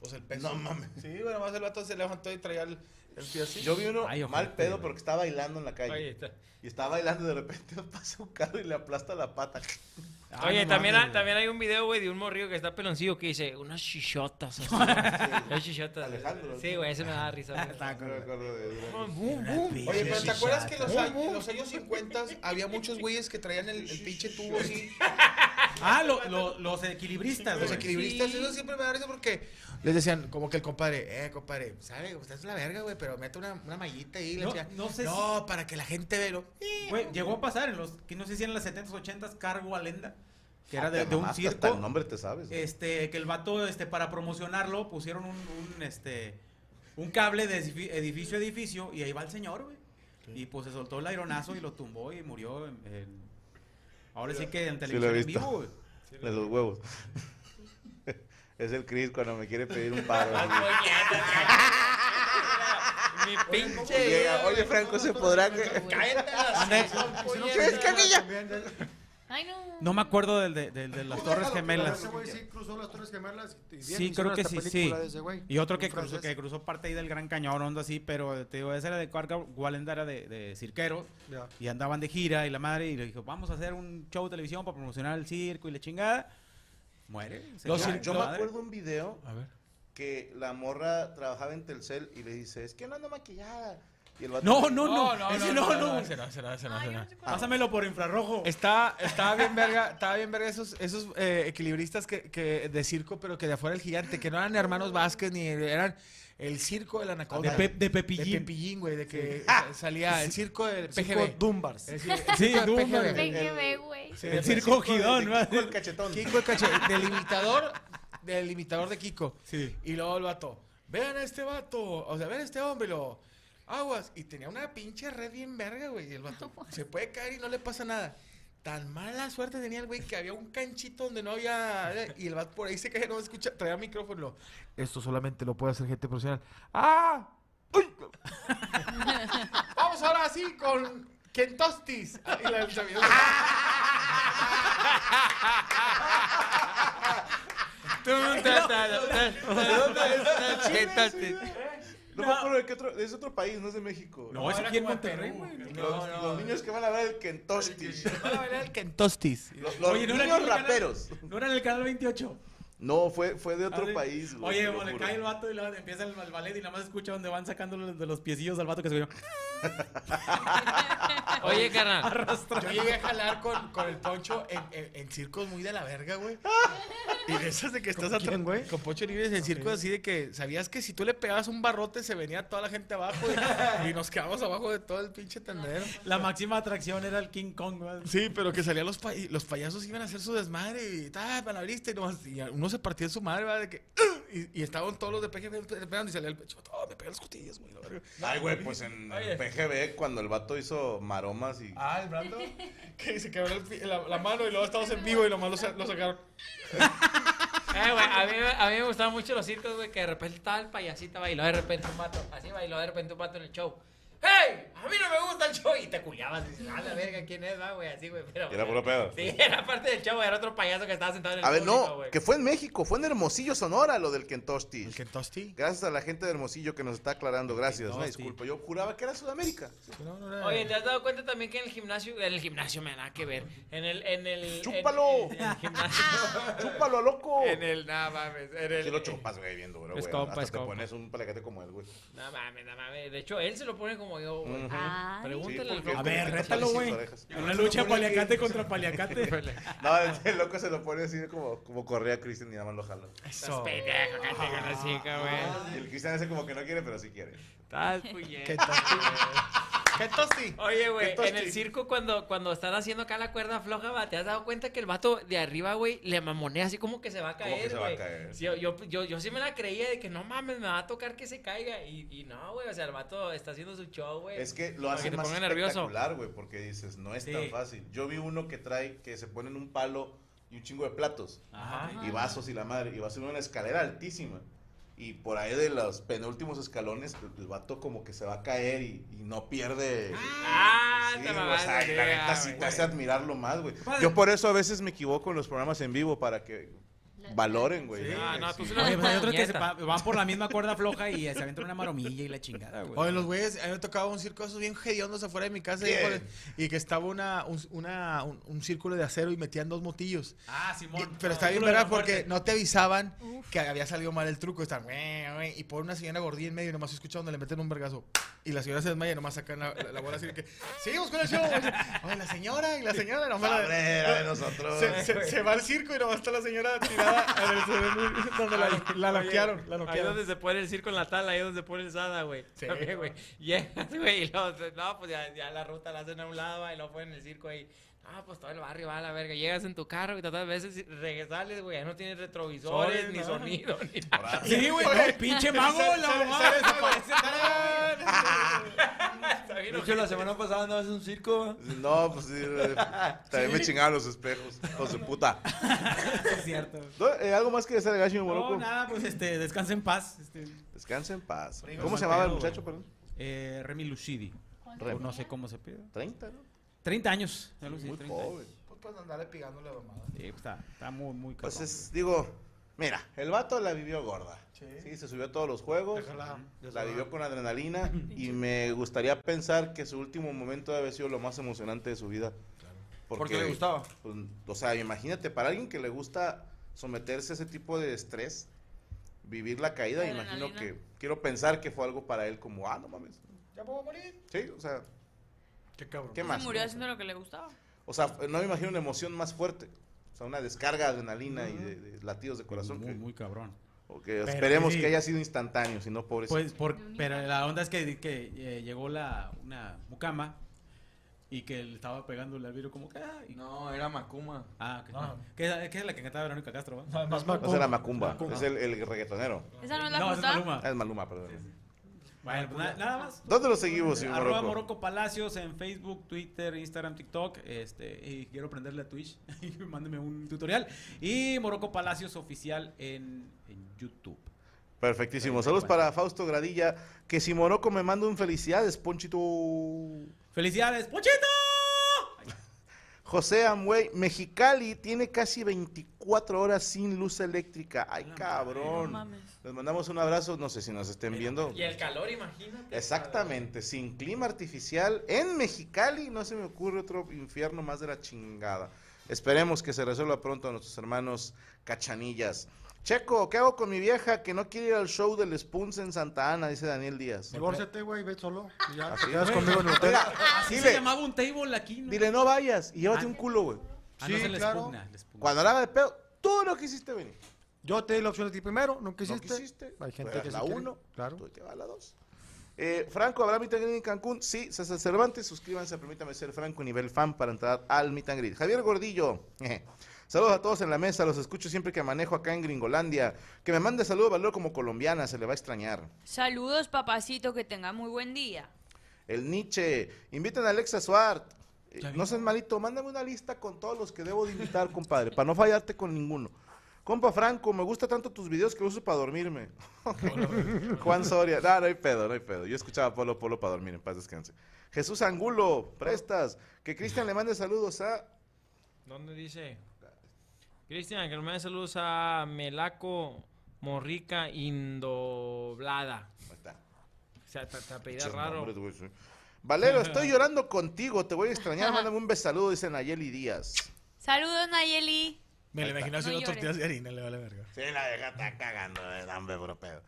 [SPEAKER 2] Pues el peso. No mames. Sí, bueno, más el vato se levantó y traía el, el pie así.
[SPEAKER 9] Yo vi uno
[SPEAKER 5] Ay, ojete,
[SPEAKER 9] mal pedo
[SPEAKER 5] güey.
[SPEAKER 9] porque estaba bailando en la calle.
[SPEAKER 1] Oye, está-
[SPEAKER 9] Y está bailando y de repente pasa un carro y le aplasta la pata.
[SPEAKER 2] Ah,
[SPEAKER 5] Ay,
[SPEAKER 1] Oye,
[SPEAKER 5] no
[SPEAKER 1] también,
[SPEAKER 5] mames,
[SPEAKER 1] ha-
[SPEAKER 5] güey.
[SPEAKER 1] también hay un video, güey, de un morrillo que está peloncillo que dice unas chichotas. así, güey. Unas chichotas.
[SPEAKER 9] Alejandro.
[SPEAKER 1] Sí, güey, eso me da risa. güey.
[SPEAKER 5] Está
[SPEAKER 9] No me acuerdo de-
[SPEAKER 2] Oye, pero ¿te acuerdas que en
[SPEAKER 9] Ah,
[SPEAKER 2] los, años- en los años 50 había muchos güeyes que traían el, el pinche tubo así?
[SPEAKER 5] Ah, lo- lo- los equilibristas,
[SPEAKER 2] Los
[SPEAKER 5] güey.
[SPEAKER 2] equilibristas, eso siempre me da risa porque les decían, como que el compadre, eh, compadre, sabe, usted es la verga, güey, pero mete una, una mallita ahí.
[SPEAKER 5] No,
[SPEAKER 2] No,
[SPEAKER 5] no
[SPEAKER 2] no,
[SPEAKER 5] sé
[SPEAKER 2] no para que la gente vea. "Eh,
[SPEAKER 5] Güey, llegó a pasar en los que no sé si en las 70s, 80s, cargo a lenda,
[SPEAKER 2] Ah,
[SPEAKER 5] que era de,
[SPEAKER 9] Te
[SPEAKER 5] de un
[SPEAKER 9] mamaste, Hasta el
[SPEAKER 5] circo.
[SPEAKER 9] nombre te sabes. güey.
[SPEAKER 5] Este, que el vato, este, para promocionarlo, pusieron un, un, este, un cable de edifi- edificio a edificio y ahí va el señor, güey. Y pues se soltó el aironazo y lo tumbó y murió en, en- ahora sí que en televisión
[SPEAKER 9] he
[SPEAKER 5] en
[SPEAKER 9] visto.
[SPEAKER 5] vivo, güey.
[SPEAKER 9] De los huevos. es el Chris cuando me quiere pedir un paro.
[SPEAKER 2] Ah,
[SPEAKER 9] güey.
[SPEAKER 1] Mi
[SPEAKER 9] Y
[SPEAKER 1] pinche.
[SPEAKER 9] llega, Oye, Franco, ¿se podrá que-
[SPEAKER 1] Cállate a
[SPEAKER 5] Ande.
[SPEAKER 1] la sección,
[SPEAKER 9] ¿Quieres canilla?
[SPEAKER 8] Ay, no.
[SPEAKER 5] No me acuerdo del de, del de las Torres Gemelas.
[SPEAKER 4] Ese güey sí cruzó las Torres Gemelas. y bien
[SPEAKER 5] Sí,
[SPEAKER 4] hicieron
[SPEAKER 5] creo que
[SPEAKER 4] hasta
[SPEAKER 5] sí, sí.
[SPEAKER 4] película de ese güey,
[SPEAKER 5] Y otro
[SPEAKER 4] un
[SPEAKER 5] que cruzó,
[SPEAKER 4] francés.
[SPEAKER 5] que cruzó parte ahí del Gran Cañón, onda así, pero te digo, ese era de Cuarga, Walenda era de, de cirqueros.
[SPEAKER 4] Ya.
[SPEAKER 5] Y andaban de gira y la madre y le dijo, vamos a hacer un show de televisión para promocionar el circo y la chingada. Muere. se
[SPEAKER 9] Yo-
[SPEAKER 5] muere,
[SPEAKER 9] yo
[SPEAKER 5] la
[SPEAKER 9] me
[SPEAKER 5] madre.
[SPEAKER 9] acuerdo un video que la morra trabajaba en Telcel y le dice, es que no ando maquillada. Y el vato
[SPEAKER 5] No,
[SPEAKER 9] dice,
[SPEAKER 5] no, no. Ese no, no.
[SPEAKER 2] ese no, ese no, ese no, ese no.
[SPEAKER 5] Pásamelo por infrarrojo.
[SPEAKER 2] Está, estaba bien verga, estaba bien verga esos, esos eh, equilibristas que, que de circo, pero que de afuera el gigante, que no eran hermanos Vázquez ni eran el circo de la anaconda.
[SPEAKER 5] De Pep- de Pepillín.
[SPEAKER 2] De Pepillín, güey, de que
[SPEAKER 5] Sí.
[SPEAKER 2] sa- salía el circo de
[SPEAKER 5] Circo
[SPEAKER 2] PGB.
[SPEAKER 5] Dumbars.
[SPEAKER 2] El cir-
[SPEAKER 5] Sí,
[SPEAKER 2] el circo de
[SPEAKER 5] Dumbars.
[SPEAKER 2] PGB.
[SPEAKER 8] PGB, güey.
[SPEAKER 2] Sí,
[SPEAKER 5] El circo
[SPEAKER 2] de- de
[SPEAKER 5] Gidón,
[SPEAKER 2] Kiko
[SPEAKER 5] ¿verdad?
[SPEAKER 2] el cachetón. Kiko el cachetón. Del imitador, del imitador de Kiko.
[SPEAKER 5] Sí.
[SPEAKER 2] Y luego el vato, vean a este vato, o sea, vean a este hombre, y lo aguas. Y tenía una pinche red bien verga, güey. Y el vato se puede caer y no le pasa nada. Tan mala suerte tenía el güey que había un canchito donde no había. Y el vato por ahí se cae, no escucha, traía micrófono. y lo, Esto solamente lo puede hacer gente profesional. ¡Ah! Vamos ahora sí con Kentostis. Ah, Y la el servidor.
[SPEAKER 9] Tun, ta, ta, ta, ta. ¿De dónde es? ¿De Chile,
[SPEAKER 2] Kentostis.
[SPEAKER 9] sí, No, me acuerdo de qué otro, es otro país, no es de México.
[SPEAKER 2] No, es
[SPEAKER 9] era
[SPEAKER 2] aquí en
[SPEAKER 9] como
[SPEAKER 2] Monterrey,
[SPEAKER 9] Perú.
[SPEAKER 2] güey.
[SPEAKER 9] Los,
[SPEAKER 2] No, no.
[SPEAKER 9] los niños que van a ver el Kentostis.
[SPEAKER 2] Van a bailar el Kentostis.
[SPEAKER 9] Los, los
[SPEAKER 5] Oye, ¿no era
[SPEAKER 9] niños
[SPEAKER 5] en el canal?
[SPEAKER 9] raperos.
[SPEAKER 5] ¿No era en el canal 28?
[SPEAKER 9] No, fue, fue de otro
[SPEAKER 5] Así-
[SPEAKER 9] país, güey. te
[SPEAKER 5] Oye,
[SPEAKER 9] lo
[SPEAKER 5] bueno, le
[SPEAKER 9] juro.
[SPEAKER 5] cae el vato y luego empieza el, el ballet y nada más escucha donde van sacando los- de los piecillos al vato que se vio.
[SPEAKER 1] Oye, carnal.
[SPEAKER 5] Arrastra.
[SPEAKER 2] Yo llegué a jalar con, con el Poncho en, en- en circos muy de la verga, güey. Y de esas de que estás atrás. Con Poncho Nives en circos así de que sabías que si tú le pegabas un barrote se venía toda la gente abajo y, y nos quedamos abajo de todo el pinche tendero.
[SPEAKER 5] La máxima atracción era el King Kong.
[SPEAKER 2] Sí, pero que salían los, pay- los payasos iban a hacer su desmadre y "Ah, tal, palabrista y nomás, y uno se partía su madre, ¿verdad? De que, "Ugh", y, y estaban todos los de PGB esperando y salía el pecho, "Oh, me pegué las costillas, güey, la verga".
[SPEAKER 9] Ay, güey, pues en
[SPEAKER 2] Oye.
[SPEAKER 9] PGB, cuando el vato hizo maromas y.
[SPEAKER 2] Ah, el Brando. Que se quebró el pi- la, la mano y luego estábamos en vivo y nomás lo, sa- lo sacaron.
[SPEAKER 1] Eh, güey, a, mí, a mí me gustaban mucho los circos, güey, que de repente estaba el payasito, bailó de repente un vato, así bailó de repente un vato en el show. ¡Hey! A mí no me gusta el show. Y te culiabas. Dices, a la verga, ¿quién es, va, güey? Así, güey. Pero,
[SPEAKER 9] Y era puro pedo.
[SPEAKER 1] Sí, era parte del show, era otro payaso que estaba sentado en el
[SPEAKER 9] A ver,
[SPEAKER 1] público,
[SPEAKER 9] no,
[SPEAKER 1] güey.
[SPEAKER 9] que fue en México, fue en Hermosillo, Sonora, lo del Kentostis. ¿El
[SPEAKER 2] Kentosti?
[SPEAKER 9] Gracias a la gente de Hermosillo que nos está aclarando, gracias. Una disculpa, yo juraba que era Sudamérica.
[SPEAKER 1] Oye, ¿te has dado cuenta también que en el gimnasio, en el gimnasio me da nada que ver? En el, en el.
[SPEAKER 9] ¡Chúpalo!
[SPEAKER 1] En, en el gimnasio.
[SPEAKER 9] ¡Chúpalo, loco!
[SPEAKER 1] En el, nada mames. En el,
[SPEAKER 9] Si lo chupas, güey, bien duro,
[SPEAKER 1] Es
[SPEAKER 9] güey.
[SPEAKER 1] compa,
[SPEAKER 9] Hasta
[SPEAKER 1] es
[SPEAKER 9] te
[SPEAKER 1] compa.
[SPEAKER 9] pones un palacate como él, güey.
[SPEAKER 1] Nada mames, nada mames. De hecho, él se lo pone como yo, güey.
[SPEAKER 9] Ujú.
[SPEAKER 1] Ah, Pregúntale
[SPEAKER 9] Sí,
[SPEAKER 1] al
[SPEAKER 9] porque-
[SPEAKER 1] loco.
[SPEAKER 9] A ver, rétalo, güey.
[SPEAKER 5] Una lucha paliacate contra paliacate.
[SPEAKER 9] No, el, el loco se lo pone así como, como correa Cristian y nada más lo jala.
[SPEAKER 1] Estás pendejo, que te con la chica, güey.
[SPEAKER 9] Y el Cristian ese como que no quiere, pero sí quiere.
[SPEAKER 1] Estás puñeta.
[SPEAKER 9] Ah. Qué tosti,
[SPEAKER 2] ¡Qué tosti!
[SPEAKER 1] Oye,
[SPEAKER 9] Qué
[SPEAKER 1] güey,
[SPEAKER 9] tosti.
[SPEAKER 1] en el circo cuando, cuando están haciendo acá la cuerda floja, va, ¿te has dado cuenta que el vato de arriba, güey, le mamonea así como que se va a
[SPEAKER 9] Como que
[SPEAKER 1] caer,
[SPEAKER 9] se va a
[SPEAKER 1] güey?
[SPEAKER 9] caer.
[SPEAKER 1] Sí, yo, yo, yo, yo sí me la creía de que no mames, me va a tocar que se caiga. Y, y no, güey, o sea, el vato está haciendo su show, güey.
[SPEAKER 9] Es que lo
[SPEAKER 1] Para
[SPEAKER 9] hace
[SPEAKER 1] te
[SPEAKER 9] más
[SPEAKER 1] ponga nervioso.
[SPEAKER 9] espectacular, güey, porque dices, no es tan
[SPEAKER 1] Sí.
[SPEAKER 9] fácil. Yo vi uno que trae, que se pone en un palo y un chingo de platos
[SPEAKER 5] Ajá.
[SPEAKER 9] y vasos y la madre, y va a subir una escalera altísima. Y por ahí de los penúltimos escalones, pues, el- el vato como que se va a caer y, y no pierde.
[SPEAKER 1] Ah,
[SPEAKER 9] Sí,
[SPEAKER 1] te
[SPEAKER 9] güey, o
[SPEAKER 1] mamaste,
[SPEAKER 9] sea, y la
[SPEAKER 1] güey,
[SPEAKER 9] neta sí
[SPEAKER 1] güey.
[SPEAKER 9] te hace admirarlo más, güey. Yo por eso a veces me equivoco en los programas en vivo para que valoren, güey.
[SPEAKER 1] Ah, no, tú sí lo
[SPEAKER 5] Oye,
[SPEAKER 1] ves
[SPEAKER 5] pues hay
[SPEAKER 1] como
[SPEAKER 5] otros que se
[SPEAKER 1] puñeta.
[SPEAKER 5] pa- van por la misma cuerda floja y se aventan una maromilla y la chingada, güey.
[SPEAKER 2] Oye, los güeyes, a mí me tocaba un circo de esos bien hediondos afuera de mi casa. ahí por el- Y que estaba una, un, una- Ah, un- un círculo de acero y metían dos motillos.
[SPEAKER 5] Ah, Simón.
[SPEAKER 2] Pero está bien, ¿verdad? Porque no te avisaban que había salido mal el truco. Están, "Güey, güey", y por una señora gordita en medio y nomás escucha donde le meten un vergazo. Y la señora se desmaya y nomás sacan la, la- la bola así de que, seguimos con el show. Oye, la señora y la señora nomás. la-
[SPEAKER 9] Cabrera de nosotros.
[SPEAKER 2] Se, se- se va al circo y nomás está la señora tirada a ver, se ve donde la, la
[SPEAKER 1] Oye,
[SPEAKER 2] noquearon. La
[SPEAKER 1] Ahí
[SPEAKER 2] noquearon.
[SPEAKER 1] donde se pone el circo en la tala, ahí donde se pone el sada, güey.
[SPEAKER 2] Sí.
[SPEAKER 1] También, güey. Llegas, güey, y luego, no, pues ya, ya la ruta la hacen a un lado, va, y luego ponen el circo ahí. Ah, pues todo el barrio va a la verga. Llegas en tu carro y tantas veces regresales, güey. Ya no tienes retrovisores,
[SPEAKER 2] Sorry,
[SPEAKER 1] ni
[SPEAKER 2] no.
[SPEAKER 1] sonido, ni nada.
[SPEAKER 5] Sí, güey, no, el pinche mago, la mamá desaparece.
[SPEAKER 1] Está bien,
[SPEAKER 12] De hecho, la semana pasada andabas en un circo.
[SPEAKER 9] No, pues sí, güey. también me chingaban los espejos, con su puta.
[SPEAKER 5] Es cierto.
[SPEAKER 9] No, eh, ¿Algo más que desear de Gashi, mi
[SPEAKER 5] No,
[SPEAKER 9] moroco?
[SPEAKER 5] nada, pues este, descansa en paz. Este,
[SPEAKER 9] Descansa en paz.
[SPEAKER 5] Primo
[SPEAKER 9] ¿Cómo se
[SPEAKER 5] Mateo,
[SPEAKER 9] llamaba el
[SPEAKER 5] güey.
[SPEAKER 9] muchacho, perdón?
[SPEAKER 5] eh, Remy Lucidi.
[SPEAKER 9] Remy.
[SPEAKER 5] O No sé cómo se pide.
[SPEAKER 9] 30, ¿no?
[SPEAKER 5] 30 años. ya lo sé,
[SPEAKER 9] Muy
[SPEAKER 5] 30
[SPEAKER 9] joven.
[SPEAKER 5] años.
[SPEAKER 2] Pues, pues andarle pigándole a mamá.
[SPEAKER 5] Sí, pues, está, está muy, muy cabrón.
[SPEAKER 9] Pues es, digo, mira, el vato la vivió gorda. Sí. se subió a todos los juegos. La vivió con adrenalina. y me gustaría pensar que su último momento debe haber sido lo más emocionante de su vida.
[SPEAKER 12] Porque le gustaba.
[SPEAKER 9] pues, o sea, imagínate, para alguien que le gusta someterse a ese tipo de estrés, vivir la caída,
[SPEAKER 2] La
[SPEAKER 9] imagino
[SPEAKER 2] adrenalina.
[SPEAKER 9] que quiero pensar que fue algo para él como, ah, no mames.
[SPEAKER 2] ¿Ya puedo morir?
[SPEAKER 9] Sí, o sea,
[SPEAKER 2] qué cabrón.
[SPEAKER 9] ¿Qué más?
[SPEAKER 7] Se murió haciendo lo que le gustaba.
[SPEAKER 9] O sea, no me imagino una emoción más fuerte. O sea, una descarga de adrenalina y de, de latidos de corazón. Muy,
[SPEAKER 5] muy cabrón. Pero
[SPEAKER 9] esperemos
[SPEAKER 5] sí.
[SPEAKER 9] que haya sido instantáneo, si no, pobrecito.
[SPEAKER 5] Pues, por- pero la onda es que, que, eh, llegó la, una mucama y que le estaba pegando el albiro como que... "Ay".
[SPEAKER 12] No, era Macuma.
[SPEAKER 5] Ah, que,
[SPEAKER 12] Ah.
[SPEAKER 5] que es- que es la que cantaba Verónica Castro, ¿va?
[SPEAKER 12] No, es Macumba.
[SPEAKER 9] No será Macumba, es el, el reggaetonero.
[SPEAKER 7] ¿Esa no es la
[SPEAKER 5] No, esa es
[SPEAKER 7] puta?
[SPEAKER 5] Maluma.
[SPEAKER 9] Ah, es Maluma, perdón.
[SPEAKER 5] Bueno, pues na- nada más.
[SPEAKER 9] ¿Dónde lo seguimos, señor
[SPEAKER 5] Arroba
[SPEAKER 9] Morocco?
[SPEAKER 5] Morocco Palacios en Facebook, Twitter, Instagram, TikTok. Este, y quiero aprenderle a Twitch. Mándeme un tutorial. Y Morocco Palacios oficial en, en YouTube.
[SPEAKER 9] Perfectísimo. Saludos para Fausto Gradilla. Que si Morocco me manda un felicidades, Ponchito.
[SPEAKER 5] ¡Felicidades, Ponchito!
[SPEAKER 9] José Amway, Mexicali tiene casi 24 horas sin luz eléctrica. Ay,
[SPEAKER 7] No
[SPEAKER 9] cabrón.
[SPEAKER 7] mames.
[SPEAKER 9] Les mandamos un abrazo. No sé si nos estén viendo.
[SPEAKER 1] Y el calor, imagínate.
[SPEAKER 9] Exactamente, sin clima artificial en Mexicali no se me ocurre otro infierno más de la chingada. Esperemos que se resuelva pronto a nuestros hermanos cachanillas. Checo, ¿qué hago con mi vieja que no quiere ir al show del Spuns en Santa Ana? Dice Daniel Díaz.
[SPEAKER 4] Divórciate, güey, ve solo. y Ah, Ya,
[SPEAKER 9] Así
[SPEAKER 4] te quedas
[SPEAKER 9] es.
[SPEAKER 4] conmigo en el hotel.
[SPEAKER 9] Oiga,
[SPEAKER 5] Así
[SPEAKER 9] dile,
[SPEAKER 5] se llamaba un table aquí, ¿no?
[SPEAKER 9] dile, no vayas y llévate un culo, güey.
[SPEAKER 5] Ah, no, se les pugna, les pugna.
[SPEAKER 9] Cuando la haga de pedo, tú no quisiste venir.
[SPEAKER 4] Yo te di la opción de ti primero, no quisiste.
[SPEAKER 9] quisiste.
[SPEAKER 4] Hay gente
[SPEAKER 2] Pues,
[SPEAKER 9] Fueras
[SPEAKER 4] que sí
[SPEAKER 9] la
[SPEAKER 4] quiere.
[SPEAKER 9] uno,
[SPEAKER 4] Claro.
[SPEAKER 9] Tú te vas a la dos. Eh, Franco, ¿habrá Meet and Greet en Cancún? Sí, César Cervantes, suscríbanse, a permítame ser Franco nivel fan para entrar al Meet and Greet. Javier Gordillo, jeje. saludos a todos en la mesa, los escucho siempre que manejo acá en Gringolandia. Que me mande saludo de valor como colombiana, se le va a extrañar.
[SPEAKER 7] Saludos, papacito, que tenga muy buen día.
[SPEAKER 9] El Nietzsche, inviten a Alexa Suart. Eh, no seas malito, mándame una lista con todos los que debo de invitar, compadre, para no fallarte con ninguno. Compa Franco, me gusta tanto tus videos que los uso para dormirme. Juan Soria, no, no hay pedo, no hay pedo. Yo escuchaba Polo Polo para dormir, en paz descanse. Jesús Angulo, prestas. Que Cristian le mande saludos a...
[SPEAKER 1] ¿Dónde dice? Cristian, que me mande saludos a Melaco Morrica Indoblada. O sea, te, te apellida
[SPEAKER 9] Pinches
[SPEAKER 1] raro.
[SPEAKER 9] nombres, güey, sí. Valero, estoy llorando contigo, te voy a extrañar, mándame un besaludo, dice Nayeli Díaz.
[SPEAKER 7] Saludos, Nayeli.
[SPEAKER 2] Me lo
[SPEAKER 9] Ahí
[SPEAKER 2] imagino
[SPEAKER 9] está.
[SPEAKER 2] haciendo
[SPEAKER 9] No llores.
[SPEAKER 2] tortillas de harina, le vale verga.
[SPEAKER 9] Sí, la vieja está cagando, eh, hambre, bro, pedo.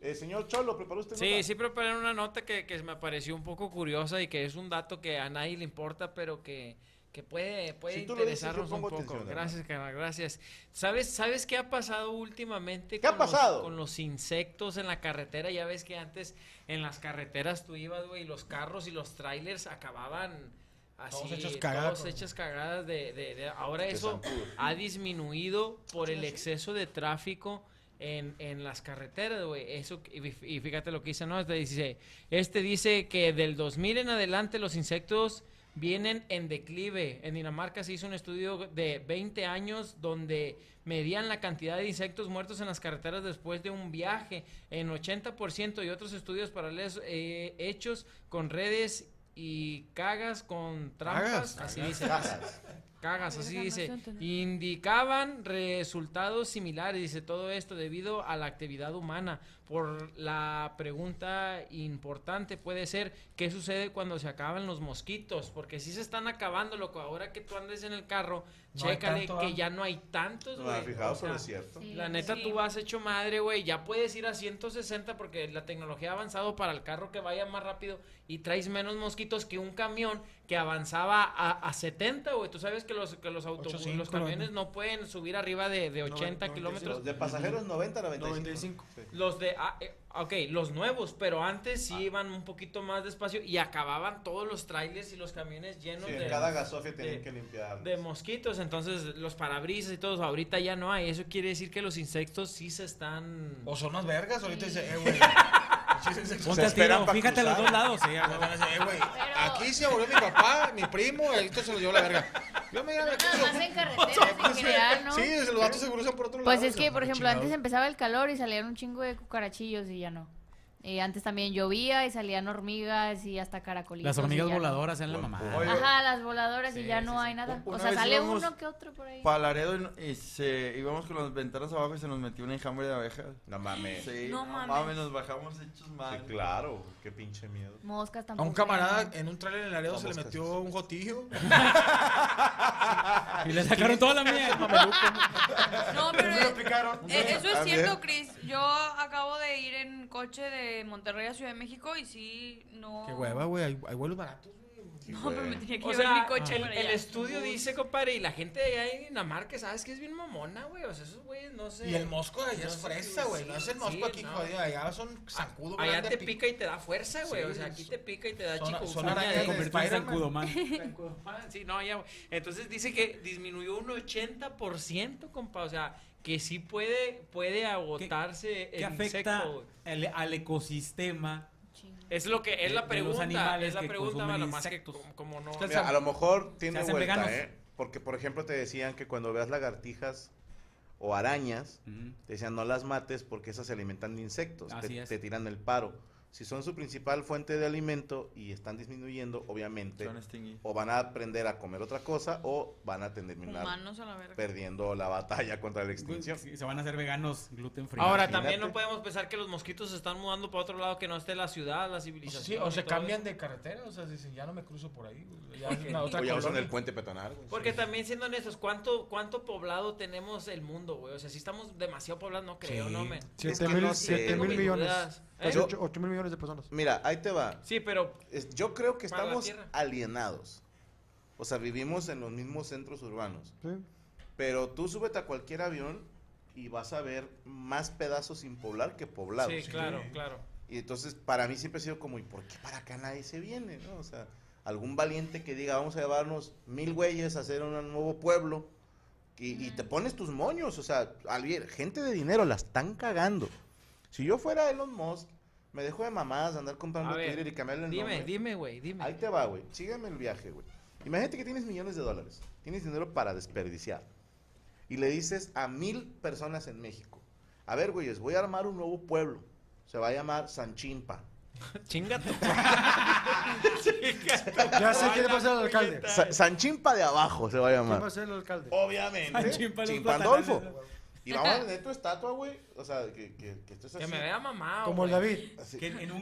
[SPEAKER 9] Eh, señor Cholo, ¿preparó usted
[SPEAKER 1] Sí,
[SPEAKER 9] nota?
[SPEAKER 1] sí preparé una nota que, que me pareció un poco curiosa y que es un dato que a nadie le importa, pero que, que puede, puede
[SPEAKER 9] Si tú lo dices, yo
[SPEAKER 1] interesarnos un
[SPEAKER 9] pongo
[SPEAKER 1] poco.
[SPEAKER 9] atención, hermano.
[SPEAKER 1] gracias, carnal, gracias. ¿Sabes, ¿Sabes qué ha pasado últimamente
[SPEAKER 9] ¿Qué ha
[SPEAKER 1] con, los-
[SPEAKER 9] pasado?
[SPEAKER 1] con los insectos en la carretera? Ya ves que antes en las carreteras tú ibas, güey, y los carros y los trailers acababan así.
[SPEAKER 2] Todos hechos cagadas.
[SPEAKER 1] todos hechas cagadas de, de- de- Ahora
[SPEAKER 2] Te
[SPEAKER 1] eso
[SPEAKER 2] zancudo.
[SPEAKER 1] ha disminuido por el exceso de tráfico en, en las carreteras, güey. Eso, y fí- y fíjate lo que dice, ¿no? Este dice, este dice que del 2000 en adelante los insectos vienen en declive. En Dinamarca se hizo un estudio de 20 años donde medían la cantidad de insectos muertos en las carreteras después de un viaje en 80% y otros estudios paralelos eh, hechos con redes y cagas con trampas.
[SPEAKER 2] Cagas.
[SPEAKER 1] Así
[SPEAKER 2] Cagas.
[SPEAKER 1] dice.
[SPEAKER 2] Cagas.
[SPEAKER 1] Cagas, así
[SPEAKER 2] Verga, no
[SPEAKER 1] dice.
[SPEAKER 2] sé entender.
[SPEAKER 1] Indicaban resultados similares, dice todo esto debido a la actividad humana. Por la pregunta importante puede ser, ¿qué sucede cuando se acaban los mosquitos? Porque si se están acabando, loco, ahora que tú andes en el carro,
[SPEAKER 9] No hay
[SPEAKER 1] chécale
[SPEAKER 9] tanto,
[SPEAKER 1] que
[SPEAKER 9] ¿ah?
[SPEAKER 1] ya no hay tantos,
[SPEAKER 9] No,
[SPEAKER 1] güey.
[SPEAKER 9] fijado, pero es cierto. Sí,
[SPEAKER 1] La neta,
[SPEAKER 9] sí.
[SPEAKER 1] tú has hecho madre, güey. Ya puedes ir a 160 porque la tecnología ha avanzado para el carro que vaya más rápido y traes menos mosquitos que un camión que avanzaba a, a 70, güey. Tú sabes que los, que los, autobús,
[SPEAKER 9] 85,
[SPEAKER 1] los camiones no pueden subir arriba de, de 80 kilómetros.
[SPEAKER 9] De pasajeros 90
[SPEAKER 4] 95.
[SPEAKER 9] 95.
[SPEAKER 1] Los de, ah, eh, ok, los nuevos, pero antes sí
[SPEAKER 9] Ah.
[SPEAKER 1] iban un poquito más despacio y acababan todos los trailers y los camiones llenos
[SPEAKER 9] Sí,
[SPEAKER 1] de...
[SPEAKER 9] en cada gasofia tienen
[SPEAKER 1] de-
[SPEAKER 9] que limpiar.
[SPEAKER 1] de mosquitos, entonces los parabrisas y todos ahorita ya no hay. Eso quiere decir que los insectos sí se están.
[SPEAKER 2] O son más vergas, ahorita dice, eh, güey.
[SPEAKER 1] Ponte a tiro, fíjate los dos lados,
[SPEAKER 2] sí, eh, güey. Aquí se murió mi papá, mi primo, esto se lo llevó la verga. Yo me iba a
[SPEAKER 8] Nada más en carreteras en general, ¿no?
[SPEAKER 2] Sí, los vatos seguro son por otro
[SPEAKER 8] Pues
[SPEAKER 2] lado.
[SPEAKER 8] es que, por ejemplo,
[SPEAKER 2] Chingado.
[SPEAKER 8] antes empezaba el calor y salían un chingo de cucarachillos y ya no. Eh, antes también llovía y salían hormigas y hasta caracolitos.
[SPEAKER 5] Las hormigas
[SPEAKER 8] y ya no-
[SPEAKER 5] voladoras eran la mamá.
[SPEAKER 8] Ajá, las voladoras y
[SPEAKER 5] Sí,
[SPEAKER 8] ya
[SPEAKER 5] sí,
[SPEAKER 8] no
[SPEAKER 5] sí.
[SPEAKER 8] hay nada.
[SPEAKER 5] Una
[SPEAKER 8] o sea,
[SPEAKER 5] vez
[SPEAKER 8] sale
[SPEAKER 5] íbamos
[SPEAKER 8] uno que otro por ahí.
[SPEAKER 12] Palaredo y, no- y se, íbamos con las ventanas abajo y se nos metió un enjambre de abejas.
[SPEAKER 9] No mames.
[SPEAKER 12] Sí,
[SPEAKER 8] No
[SPEAKER 12] no,
[SPEAKER 8] mames.
[SPEAKER 12] mames. nos bajamos hechos
[SPEAKER 5] Ah,
[SPEAKER 12] mal.
[SPEAKER 9] Sí, claro, qué pinche miedo.
[SPEAKER 8] Moscas
[SPEAKER 2] A
[SPEAKER 8] tampoco.
[SPEAKER 2] un camarada
[SPEAKER 8] eran.
[SPEAKER 2] en un trailer en Laredo se le metió un gotillo.
[SPEAKER 5] Y le sacaron toda la mía. mameluco.
[SPEAKER 7] No, pero
[SPEAKER 2] Eso lo Ah,
[SPEAKER 7] eh,
[SPEAKER 2] aplicaron.
[SPEAKER 7] eh, eso es
[SPEAKER 2] A
[SPEAKER 7] cierto,
[SPEAKER 2] ver.
[SPEAKER 7] Chris. Yo acabo de ir en coche de Monterrey a Ciudad de México y sí, no.
[SPEAKER 2] Qué hueva, güey. Hay, hay vuelos baratos.
[SPEAKER 7] No, pero me tenía que
[SPEAKER 1] O
[SPEAKER 7] llevar
[SPEAKER 1] sea,
[SPEAKER 7] mi coche
[SPEAKER 1] el,
[SPEAKER 7] para
[SPEAKER 1] el
[SPEAKER 7] allá.
[SPEAKER 1] estudio
[SPEAKER 7] Uy.
[SPEAKER 1] dice, compadre, y la gente de allá en Dinamarca, ¿sabes que es bien mamona, güey? O sea, esos güeyes no sé.
[SPEAKER 2] Y el mosco de allá es
[SPEAKER 1] sé,
[SPEAKER 2] fresa, güey.
[SPEAKER 1] sí,
[SPEAKER 2] No es el
[SPEAKER 1] sí,
[SPEAKER 2] mosco aquí,
[SPEAKER 1] no.
[SPEAKER 2] jodido. Allá son zancudo.
[SPEAKER 1] Allá
[SPEAKER 2] grande,
[SPEAKER 1] te
[SPEAKER 2] pi-
[SPEAKER 1] pica y te da fuerza, güey.
[SPEAKER 2] Sí,
[SPEAKER 1] o sea, aquí
[SPEAKER 2] son-
[SPEAKER 1] te pica y te da
[SPEAKER 2] son-
[SPEAKER 1] chico.
[SPEAKER 2] son arañas de Spider-Man.
[SPEAKER 1] Sí, no, ya. Entonces dice que disminuyó un 80%, compa. O sea, que sí puede, puede agotarse
[SPEAKER 5] ¿Qué
[SPEAKER 1] el
[SPEAKER 5] afecta
[SPEAKER 1] insecto, güey.
[SPEAKER 5] el- al ecosistema?
[SPEAKER 1] Es lo que es la
[SPEAKER 5] de los
[SPEAKER 1] pregunta,
[SPEAKER 5] animales
[SPEAKER 1] es la
[SPEAKER 5] que
[SPEAKER 1] pregunta,
[SPEAKER 5] consumen
[SPEAKER 1] nada más que
[SPEAKER 5] insectos?
[SPEAKER 1] como- como no-
[SPEAKER 9] Mira, a lo mejor
[SPEAKER 5] se
[SPEAKER 9] tiene
[SPEAKER 5] hacen
[SPEAKER 9] vuelta,
[SPEAKER 5] veganos.
[SPEAKER 9] ¿eh? Porque, por ejemplo, te decían que cuando veas lagartijas o arañas, te decían no las mates porque esas se alimentan de insectos, te-
[SPEAKER 5] Así
[SPEAKER 9] te,
[SPEAKER 5] es.
[SPEAKER 9] tiran el paro. Si son su principal fuente de alimento y están disminuyendo, obviamente, o van a aprender a comer otra cosa o van a terminar
[SPEAKER 7] Humanos a la verga.
[SPEAKER 9] perdiendo la batalla contra la extinción.
[SPEAKER 5] Se van a hacer veganos gluten free.
[SPEAKER 1] Ahora, también no podemos pensar que los mosquitos se están mudando para otro lado que no esté la ciudad, la civilización.
[SPEAKER 2] Sí, o
[SPEAKER 1] y
[SPEAKER 2] se
[SPEAKER 1] todo
[SPEAKER 2] cambian
[SPEAKER 1] eso.
[SPEAKER 2] de carretera. O sea, dicen, ya no me cruzo por ahí. güey, Ya
[SPEAKER 1] Ok.
[SPEAKER 2] es una otra
[SPEAKER 9] o ya usan
[SPEAKER 2] colonia.
[SPEAKER 9] el puente peatonal. güey.
[SPEAKER 1] Porque también siendo honestos, ¿cuánto, cuánto poblado tenemos el mundo, güey? O sea, si estamos demasiado poblados, no creo,
[SPEAKER 9] Sí.
[SPEAKER 1] no me.
[SPEAKER 9] Siete Es que mil- no sé, siete
[SPEAKER 1] Tengo
[SPEAKER 9] mil
[SPEAKER 1] mis
[SPEAKER 9] millones.
[SPEAKER 1] dudas.
[SPEAKER 9] ¿Eh?
[SPEAKER 4] Casi ocho- ocho mil millones de personas.
[SPEAKER 9] Mira, ahí te va.
[SPEAKER 1] Sí, pero.
[SPEAKER 9] yo creo que
[SPEAKER 1] para la
[SPEAKER 9] estamos
[SPEAKER 1] tierra.
[SPEAKER 9] alienados. O sea, vivimos en los mismos centros urbanos. Pero tú súbete a cualquier avión y vas a ver más pedazos sin poblar que poblados.
[SPEAKER 1] Sí, claro, claro.
[SPEAKER 9] Y entonces, para mí siempre ha sido como, ¿y por qué para acá nadie se viene? no? O sea, algún valiente que diga, vamos a llevarnos mil güeyes a hacer un nuevo pueblo. Y, y te pones tus moños, o sea, alguien, gente de dinero, la están cagando. Si yo fuera Elon Musk, me dejo de mamadas de andar comprando
[SPEAKER 1] A ver,
[SPEAKER 9] Twitter y cambiarle el
[SPEAKER 1] dime,
[SPEAKER 9] nombre.
[SPEAKER 1] dime, güey, dime.
[SPEAKER 9] Ahí te va, güey. Sígueme el viaje, güey. Imagínate que tienes millones de dólares. Tienes dinero para desperdiciar. Y le dices a mil personas en México. A ver, güeyes, voy a armar un nuevo pueblo. Se va a llamar Sanchimpa.
[SPEAKER 1] Chingato.
[SPEAKER 4] Ya sé quién va a ser el alcalde.
[SPEAKER 9] Sanchimpa de abajo se va a
[SPEAKER 4] ¿Quién va
[SPEAKER 9] llamar.
[SPEAKER 4] a ser el alcalde?
[SPEAKER 1] Ah,
[SPEAKER 9] Obviamente. Chimpandolfo. Y vamos a tener tu estatua, güey. O sea, que, que, que esto es
[SPEAKER 1] Que
[SPEAKER 9] así.
[SPEAKER 1] me vea mamado.
[SPEAKER 4] Como el David.
[SPEAKER 9] Así.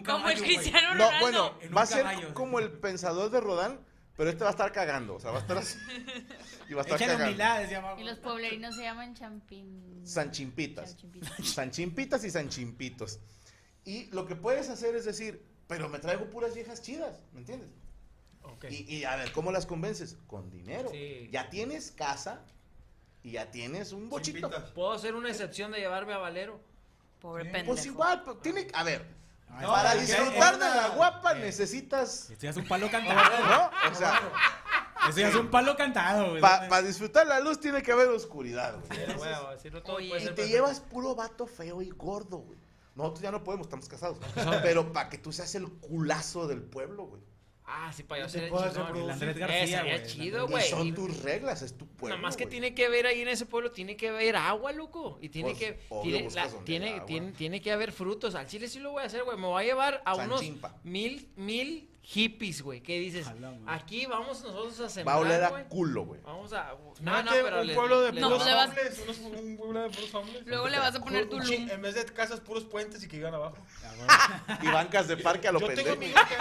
[SPEAKER 1] Como el Cristiano
[SPEAKER 9] No,
[SPEAKER 1] Ronaldo.
[SPEAKER 9] bueno,
[SPEAKER 1] En un
[SPEAKER 9] va a ser
[SPEAKER 1] caballo.
[SPEAKER 9] como el pensador de Rodán, pero este va a estar cagando. O sea, va a estar así. Y va a estar cagando.
[SPEAKER 8] Y los pueblerinos se llaman champín.
[SPEAKER 9] Sanchimpitas.
[SPEAKER 8] Sanchimpitas.
[SPEAKER 9] Sanchimpitas y Sanchimpitos. Y lo que puedes hacer es decir, pero me traigo puras viejas chidas, ¿me entiendes? Y, y a ver, ¿cómo las convences? Con dinero.
[SPEAKER 1] Sí.
[SPEAKER 9] Ya tienes casa y ya tienes un bochito.
[SPEAKER 1] Puedo hacer una excepción de llevarme a Valero.
[SPEAKER 7] Pobre
[SPEAKER 9] Pues igual, pero tiene, a ver,
[SPEAKER 1] No,
[SPEAKER 9] para
[SPEAKER 1] es que
[SPEAKER 9] disfrutar
[SPEAKER 1] es
[SPEAKER 9] de la
[SPEAKER 5] Eh,
[SPEAKER 1] una-
[SPEAKER 9] guapa necesitas...
[SPEAKER 5] Esto ya es un palo cantado.
[SPEAKER 9] ¿No? O sea...
[SPEAKER 5] Esto ya es un palo cantado, güey.
[SPEAKER 9] Para disfrutar la luz tiene que haber oscuridad, güey.
[SPEAKER 1] Pero, güey, si no todo puede
[SPEAKER 9] y
[SPEAKER 1] ser
[SPEAKER 9] te
[SPEAKER 1] perfecto.
[SPEAKER 9] llevas puro vato feo y gordo, güey. Nosotros ya no podemos, estamos casados. Pero para que tú seas el culazo del pueblo, güey.
[SPEAKER 1] Ah, sí, para yo
[SPEAKER 9] Y
[SPEAKER 1] ser
[SPEAKER 9] te
[SPEAKER 1] el
[SPEAKER 9] puedo
[SPEAKER 1] chingón.
[SPEAKER 9] reproducir.
[SPEAKER 1] El Andrés
[SPEAKER 9] Eh,
[SPEAKER 1] García,
[SPEAKER 9] sería
[SPEAKER 1] güey. chido,
[SPEAKER 9] Y
[SPEAKER 1] güey.
[SPEAKER 9] son
[SPEAKER 1] Y-
[SPEAKER 9] tus reglas, es tu pueblo.
[SPEAKER 1] Nada más que
[SPEAKER 9] güey.
[SPEAKER 1] tiene que haber ahí en ese pueblo, tiene que haber agua, loco. Y tiene
[SPEAKER 9] Pues,
[SPEAKER 1] que
[SPEAKER 9] obvio,
[SPEAKER 1] tiene,
[SPEAKER 9] buscas
[SPEAKER 1] la-
[SPEAKER 9] donde
[SPEAKER 1] tiene,
[SPEAKER 9] haya agua.
[SPEAKER 1] tiene, tiene que haber frutos. Al chile sí lo voy a hacer, güey. Me voy a llevar a unos
[SPEAKER 9] Sanchimpa.
[SPEAKER 1] mil, mil hippies, güey. ¿Qué dices? Aquí vamos nosotros a
[SPEAKER 9] Va a
[SPEAKER 1] sembrar,
[SPEAKER 9] oler a
[SPEAKER 1] güey.
[SPEAKER 9] culo, güey.
[SPEAKER 1] Vamos a...
[SPEAKER 2] No, que un pueblo de
[SPEAKER 1] no,
[SPEAKER 2] puros
[SPEAKER 1] le vas-
[SPEAKER 2] hombres, unos- un pueblo de puros hombres.
[SPEAKER 7] Luego le vas a poner tu
[SPEAKER 2] Un chi- En vez de casas, puros puentes y que iban abajo.
[SPEAKER 9] Y bancas de parque a lo
[SPEAKER 2] Yo tengo
[SPEAKER 9] pendejo.
[SPEAKER 2] amigos que,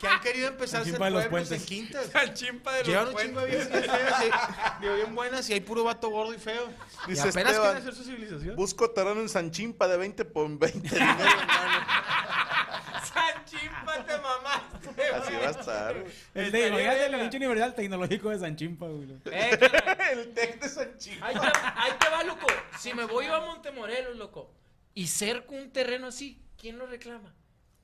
[SPEAKER 2] que han querido empezar a
[SPEAKER 9] Al
[SPEAKER 2] hacer
[SPEAKER 9] chimpa de los
[SPEAKER 2] pueblos en
[SPEAKER 9] puentes.
[SPEAKER 2] quintas.
[SPEAKER 1] Al chimpa de los
[SPEAKER 2] Llevan un chingo de viejas bien feas y- digo, bien buenas y hay puro vato gordo y feo. Y
[SPEAKER 9] Dice
[SPEAKER 2] apenas
[SPEAKER 9] Esteban,
[SPEAKER 2] quieren hacer su civilización.
[SPEAKER 9] busco terreno en Sanchimpa de 20 por 20.
[SPEAKER 1] Sanchimpa, te mamaste, güey.
[SPEAKER 9] Así va a estar, güey.
[SPEAKER 5] El
[SPEAKER 1] Este,
[SPEAKER 5] de, imagínate la pinche Universidad Tecnológico de San Chimpa, güey.
[SPEAKER 1] Eh, carnal.
[SPEAKER 9] El tech de Sanchimpa.
[SPEAKER 1] Ahí te, ahí te va, loco. Si me voy yo a Montemorelos, loco, y cerco un terreno así, ¿quién lo reclama?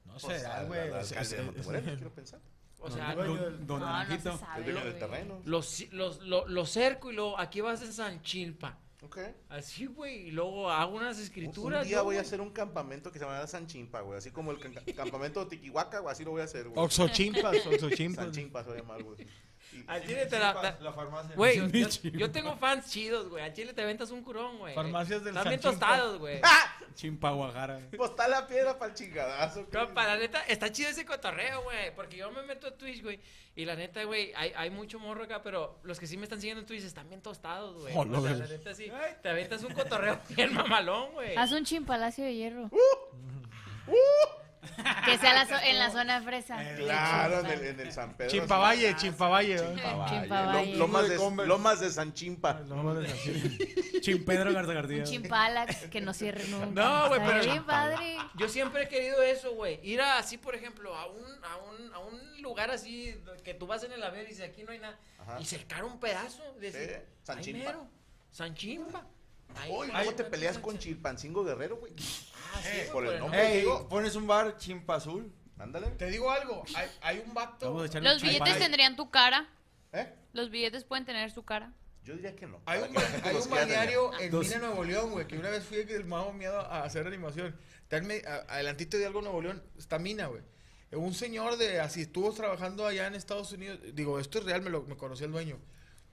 [SPEAKER 2] No
[SPEAKER 9] Pues,
[SPEAKER 2] será,
[SPEAKER 9] al-
[SPEAKER 2] güey.
[SPEAKER 9] al
[SPEAKER 2] o sea,
[SPEAKER 9] alcalde de
[SPEAKER 2] es-
[SPEAKER 9] Montemorelos, quiero pensar.
[SPEAKER 1] O sea,
[SPEAKER 5] Don-
[SPEAKER 1] lo-
[SPEAKER 5] don- don Naranjito.
[SPEAKER 9] El dueño del terreno.
[SPEAKER 1] los, los, lo- lo cerco y luego aquí vas a Sanchilpa.
[SPEAKER 9] Ok.
[SPEAKER 1] Así, güey, y luego hago unas escrituras.
[SPEAKER 9] Un día
[SPEAKER 1] yo,
[SPEAKER 9] voy a
[SPEAKER 1] güey.
[SPEAKER 9] hacer un campamento que se llamará Sanchimpa, güey. Así como el ca- campamento de Tiquihuaca, güey. Así lo voy a hacer, güey.
[SPEAKER 2] Oxochimpas, oxochimpas.
[SPEAKER 9] Sanchimpas voy a llamar, güey.
[SPEAKER 1] Al
[SPEAKER 12] sí,
[SPEAKER 1] chile
[SPEAKER 12] sí,
[SPEAKER 1] te la,
[SPEAKER 12] pa-
[SPEAKER 1] la-
[SPEAKER 12] la farmacia.
[SPEAKER 1] Güey,
[SPEAKER 12] Sí,
[SPEAKER 1] yo-
[SPEAKER 12] mi
[SPEAKER 1] yo,
[SPEAKER 12] chimpa.
[SPEAKER 1] yo tengo fans chidos, güey. Al chile te ventas un curón, güey.
[SPEAKER 5] Farmacias del
[SPEAKER 1] Están bien
[SPEAKER 5] San Chimpa.
[SPEAKER 1] tostados, güey.
[SPEAKER 5] Chimpaguajara.
[SPEAKER 9] Pues está la piedra para el chingadazo.
[SPEAKER 1] Compa, la neta, está chido ese cotorreo, güey. Porque yo me meto a Twitch, güey. Y la neta, güey, hay, hay mucho morro acá, pero los que sí me están siguiendo en Twitch están bien tostados, güey.
[SPEAKER 5] Hola,
[SPEAKER 1] O sea,
[SPEAKER 5] güey.
[SPEAKER 1] la neta, sí. Te aventas un cotorreo bien mamalón, güey.
[SPEAKER 8] Haz un chimpalacio de hierro. Que sea la zo- en la zona fresa.
[SPEAKER 9] Claro, en el, en el San Pedro.
[SPEAKER 2] Chimpavalle,
[SPEAKER 9] Así.
[SPEAKER 2] Chimpavalle.
[SPEAKER 9] Chimpavalle.
[SPEAKER 8] Chimpavalle.
[SPEAKER 9] Lo- Lomas, de,
[SPEAKER 8] Converse.
[SPEAKER 9] Lomas de San Chimpa.
[SPEAKER 5] Chimpedro García.
[SPEAKER 8] Un chimpalax que no cierre nunca.
[SPEAKER 1] No, güey,
[SPEAKER 8] Está
[SPEAKER 1] pero.
[SPEAKER 8] bien padre.
[SPEAKER 1] Yo siempre he querido eso, güey. Ir a, así, por ejemplo, a un, a, un, a un lugar así que tú vas en el avión y dices, aquí no hay nada.
[SPEAKER 9] Ajá.
[SPEAKER 1] Y cercar un pedazo. Decir,
[SPEAKER 9] Sí, San
[SPEAKER 1] "Ay,
[SPEAKER 9] Chimpa".
[SPEAKER 1] mero, San Chimpa. Ahí,
[SPEAKER 9] Uy,
[SPEAKER 1] güey,
[SPEAKER 9] ¿cómo te
[SPEAKER 1] no,
[SPEAKER 9] peleas
[SPEAKER 1] no,
[SPEAKER 9] con Chilpancingo Guerrero, güey?
[SPEAKER 1] Ah, sí, güey,
[SPEAKER 9] por el nombre.
[SPEAKER 12] Ey,
[SPEAKER 9] digo.
[SPEAKER 12] pones un bar chimpa azul.
[SPEAKER 9] Ándale.
[SPEAKER 2] Te digo algo, hay, hay un vato.
[SPEAKER 12] Vamos a echar
[SPEAKER 8] Los billetes tendrían tu cara.
[SPEAKER 9] ¿Eh?
[SPEAKER 8] Los billetes pueden tener su cara.
[SPEAKER 9] Yo diría que no.
[SPEAKER 2] Hay un, ba- hay un balneario en Mina, Nuevo León, güey, que una vez fui el mago miedo a hacer animación. Está en me- a- adelantito de algo en Nuevo León, está Mina, güey. Eh, Un señor de, así, estuvo trabajando allá en Estados Unidos. Digo, esto es real, me lo me conoció el dueño.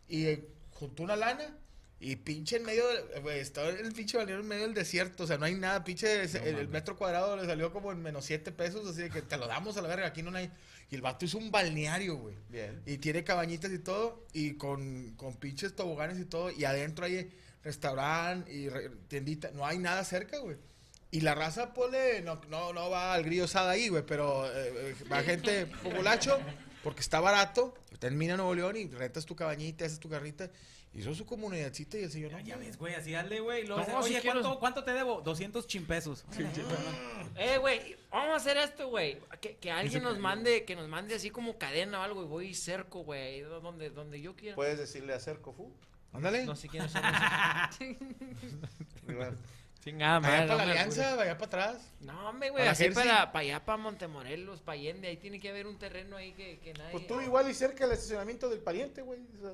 [SPEAKER 2] Y eh, juntó una lana y pinche en medio, del- güey, estaba el pinche balneario en medio del desierto. O sea, no hay nada, pinche, ese- el, el metro cuadrado le salió como en menos 7 pesos, así de que te lo damos a la verga, aquí no hay. Y el vato hizo un balneario, güey.
[SPEAKER 9] Bien.
[SPEAKER 2] Y tiene cabañitas y todo, y con, con pinches toboganes y todo, y adentro hay restaurante y re- tiendita, no hay nada cerca, güey. Y la raza pone, no, no, no va al grillo sada ahí, güey, pero eh, eh, va gente populacho, porque está barato, está en Mina Nuevo León y rentas tu cabañita, haces tu carrita, hizo su comunidadcita y el señor, no,
[SPEAKER 5] Ya
[SPEAKER 2] hombre.
[SPEAKER 5] ves, güey, así dale, güey. y luego
[SPEAKER 2] No,
[SPEAKER 5] dice,
[SPEAKER 2] sí
[SPEAKER 5] Oye,
[SPEAKER 2] quiero-
[SPEAKER 5] ¿cuánto, cuánto te debo? 200 chimpesos.
[SPEAKER 1] Eh, güey, vamos a hacer esto, güey. Que, que alguien
[SPEAKER 5] Eso
[SPEAKER 1] nos
[SPEAKER 5] que-
[SPEAKER 1] mande, que nos mande así como cadena o algo y voy y cerco, güey, donde, donde yo quiera.
[SPEAKER 2] Pues,
[SPEAKER 9] Puedes decirle a Cerco Fu.
[SPEAKER 2] Ándale.
[SPEAKER 1] No sé quiénes son esos. Chingada madre.
[SPEAKER 2] Allá
[SPEAKER 1] no
[SPEAKER 2] para
[SPEAKER 1] me
[SPEAKER 2] la
[SPEAKER 1] apures.
[SPEAKER 2] alianza, allá para atrás.
[SPEAKER 1] No, hombre, güey,
[SPEAKER 2] Para
[SPEAKER 1] así
[SPEAKER 2] Jersey.
[SPEAKER 1] para, para allá, para Montemorelos, para Allende, ahí tiene que haber un terreno ahí que, que nadie...
[SPEAKER 9] Pues tú igual y cerca del estacionamiento del pariente, güey. O sea,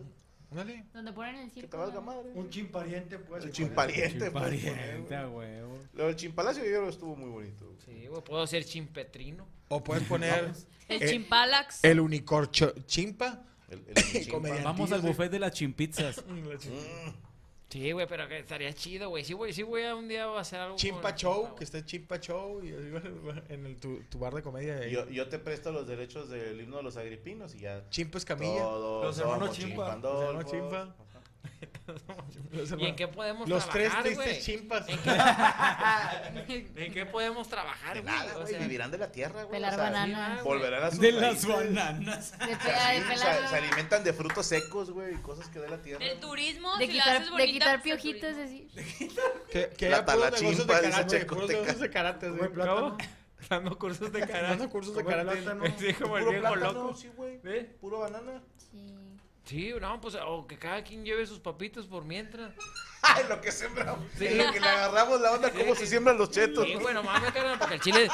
[SPEAKER 2] Ándale.
[SPEAKER 8] Donde ponen el
[SPEAKER 9] que
[SPEAKER 8] circo.
[SPEAKER 9] te valga
[SPEAKER 8] ¿no?
[SPEAKER 9] madre.
[SPEAKER 4] Un chimpariente, pues.
[SPEAKER 9] Un chimpariente,
[SPEAKER 5] Un chimpariente,
[SPEAKER 9] pues,
[SPEAKER 5] a huevo.
[SPEAKER 9] Lo del chimpalacio yo creo que estuvo muy bonito. güey.
[SPEAKER 1] Sí, güey, puedo ser chimpetrino.
[SPEAKER 2] O puedes poner
[SPEAKER 7] El
[SPEAKER 2] eh,
[SPEAKER 7] chimpalax.
[SPEAKER 2] el unicorcho chimpa.
[SPEAKER 9] El, Mm,
[SPEAKER 2] Comediantillo,
[SPEAKER 5] Vamos al
[SPEAKER 2] sí.
[SPEAKER 5] buffet de las chimpizzas. Mm.
[SPEAKER 1] Sí, güey, pero que estaría chido, güey. Sí, güey, sí voy a un día a hacer algo.
[SPEAKER 2] Chimpa
[SPEAKER 1] con-
[SPEAKER 2] Show, que está Chimpa Show y así, bueno, en el, tu, tu bar de comedia. ahí.
[SPEAKER 9] Yo, yo te presto los derechos del himno de los agripinos y ya.
[SPEAKER 2] Chimpa Escamilla.
[SPEAKER 9] Todos
[SPEAKER 2] Los hermanos
[SPEAKER 9] somos pues.
[SPEAKER 2] Chimpa.
[SPEAKER 9] chimpandolfos.
[SPEAKER 2] Los hermanos
[SPEAKER 9] Ajá.
[SPEAKER 1] ¿Y en qué podemos
[SPEAKER 2] Los tres este
[SPEAKER 1] trabajar,
[SPEAKER 2] tristes
[SPEAKER 1] Ah, güey?
[SPEAKER 2] chimpas.
[SPEAKER 1] ¿En qué- ¿En qué podemos trabajar,
[SPEAKER 9] De
[SPEAKER 1] güey?
[SPEAKER 9] nada,
[SPEAKER 1] O
[SPEAKER 9] güey.
[SPEAKER 1] sea,
[SPEAKER 9] Vivirán de la tierra, güey.
[SPEAKER 8] Pelar bananas.
[SPEAKER 1] sí, güey.
[SPEAKER 9] Volverán a sus
[SPEAKER 5] De las
[SPEAKER 9] raíces.
[SPEAKER 5] bananas.
[SPEAKER 8] De,
[SPEAKER 9] Sí,
[SPEAKER 8] peda- de
[SPEAKER 9] se-
[SPEAKER 8] pelar-
[SPEAKER 9] se, alimentan de frutos secos, güey, y cosas que da la tierra.
[SPEAKER 7] Del turismo,
[SPEAKER 8] de
[SPEAKER 7] Oh, si la
[SPEAKER 8] quitar,
[SPEAKER 7] haces
[SPEAKER 8] de
[SPEAKER 7] bonita,
[SPEAKER 8] quitar
[SPEAKER 7] pues, el
[SPEAKER 8] piojitos,
[SPEAKER 7] turismo.
[SPEAKER 8] así.
[SPEAKER 2] que que
[SPEAKER 9] La
[SPEAKER 2] haya puros negocios de
[SPEAKER 9] talachimpa, dice
[SPEAKER 2] karate, güey, puros negocios
[SPEAKER 9] Checo Teca.
[SPEAKER 4] Come
[SPEAKER 2] de karate, güey.
[SPEAKER 4] plátano.
[SPEAKER 1] Dando cursos de karate.
[SPEAKER 2] Dando cursos de
[SPEAKER 4] Come
[SPEAKER 2] karate.
[SPEAKER 4] plátano.
[SPEAKER 1] Sí, como el
[SPEAKER 9] Puro
[SPEAKER 1] viejo
[SPEAKER 9] plátano,
[SPEAKER 1] loco.
[SPEAKER 9] sí, güey.
[SPEAKER 1] ¿Eh?
[SPEAKER 9] Puro banana.
[SPEAKER 8] Sí.
[SPEAKER 1] Sí, no, pues, o que cada quien lleve sus papitos por mientras.
[SPEAKER 9] Ay, lo que sembramos.
[SPEAKER 1] Sí.
[SPEAKER 9] En lo que le agarramos la onda, cómo se siembran los chetos.
[SPEAKER 1] Sí,
[SPEAKER 9] ¿no?
[SPEAKER 1] bueno, mames, carnal, porque el chile.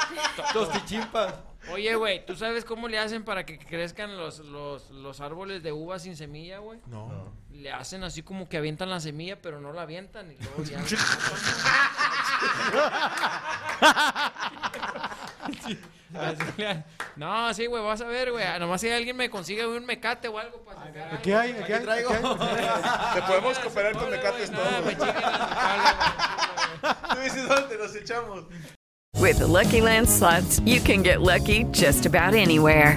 [SPEAKER 12] Los tichimpas.
[SPEAKER 1] Oye, güey, ¿tú sabes cómo le hacen para que crezcan los, los, los árboles de uva sin semilla, güey?
[SPEAKER 2] No.
[SPEAKER 1] Le hacen así como que avientan la semilla, pero no la avientan y luego ya. Así le- No, sí, güey, vas a ver, güey. Nomás si alguien me consigue un mecate o algo para sacar
[SPEAKER 4] Aquí
[SPEAKER 1] algo.
[SPEAKER 4] hay, aquí hay.
[SPEAKER 9] traigo.
[SPEAKER 4] aquí hay.
[SPEAKER 9] Te podemos cooperar con
[SPEAKER 1] Hola,
[SPEAKER 9] Mecates
[SPEAKER 1] güey, nada,
[SPEAKER 9] todo.
[SPEAKER 1] Ah, me chinguen las cables, güey.
[SPEAKER 9] Tú dices dónde nos echamos.
[SPEAKER 13] With the Lucky Land slots, you can get lucky just about anywhere.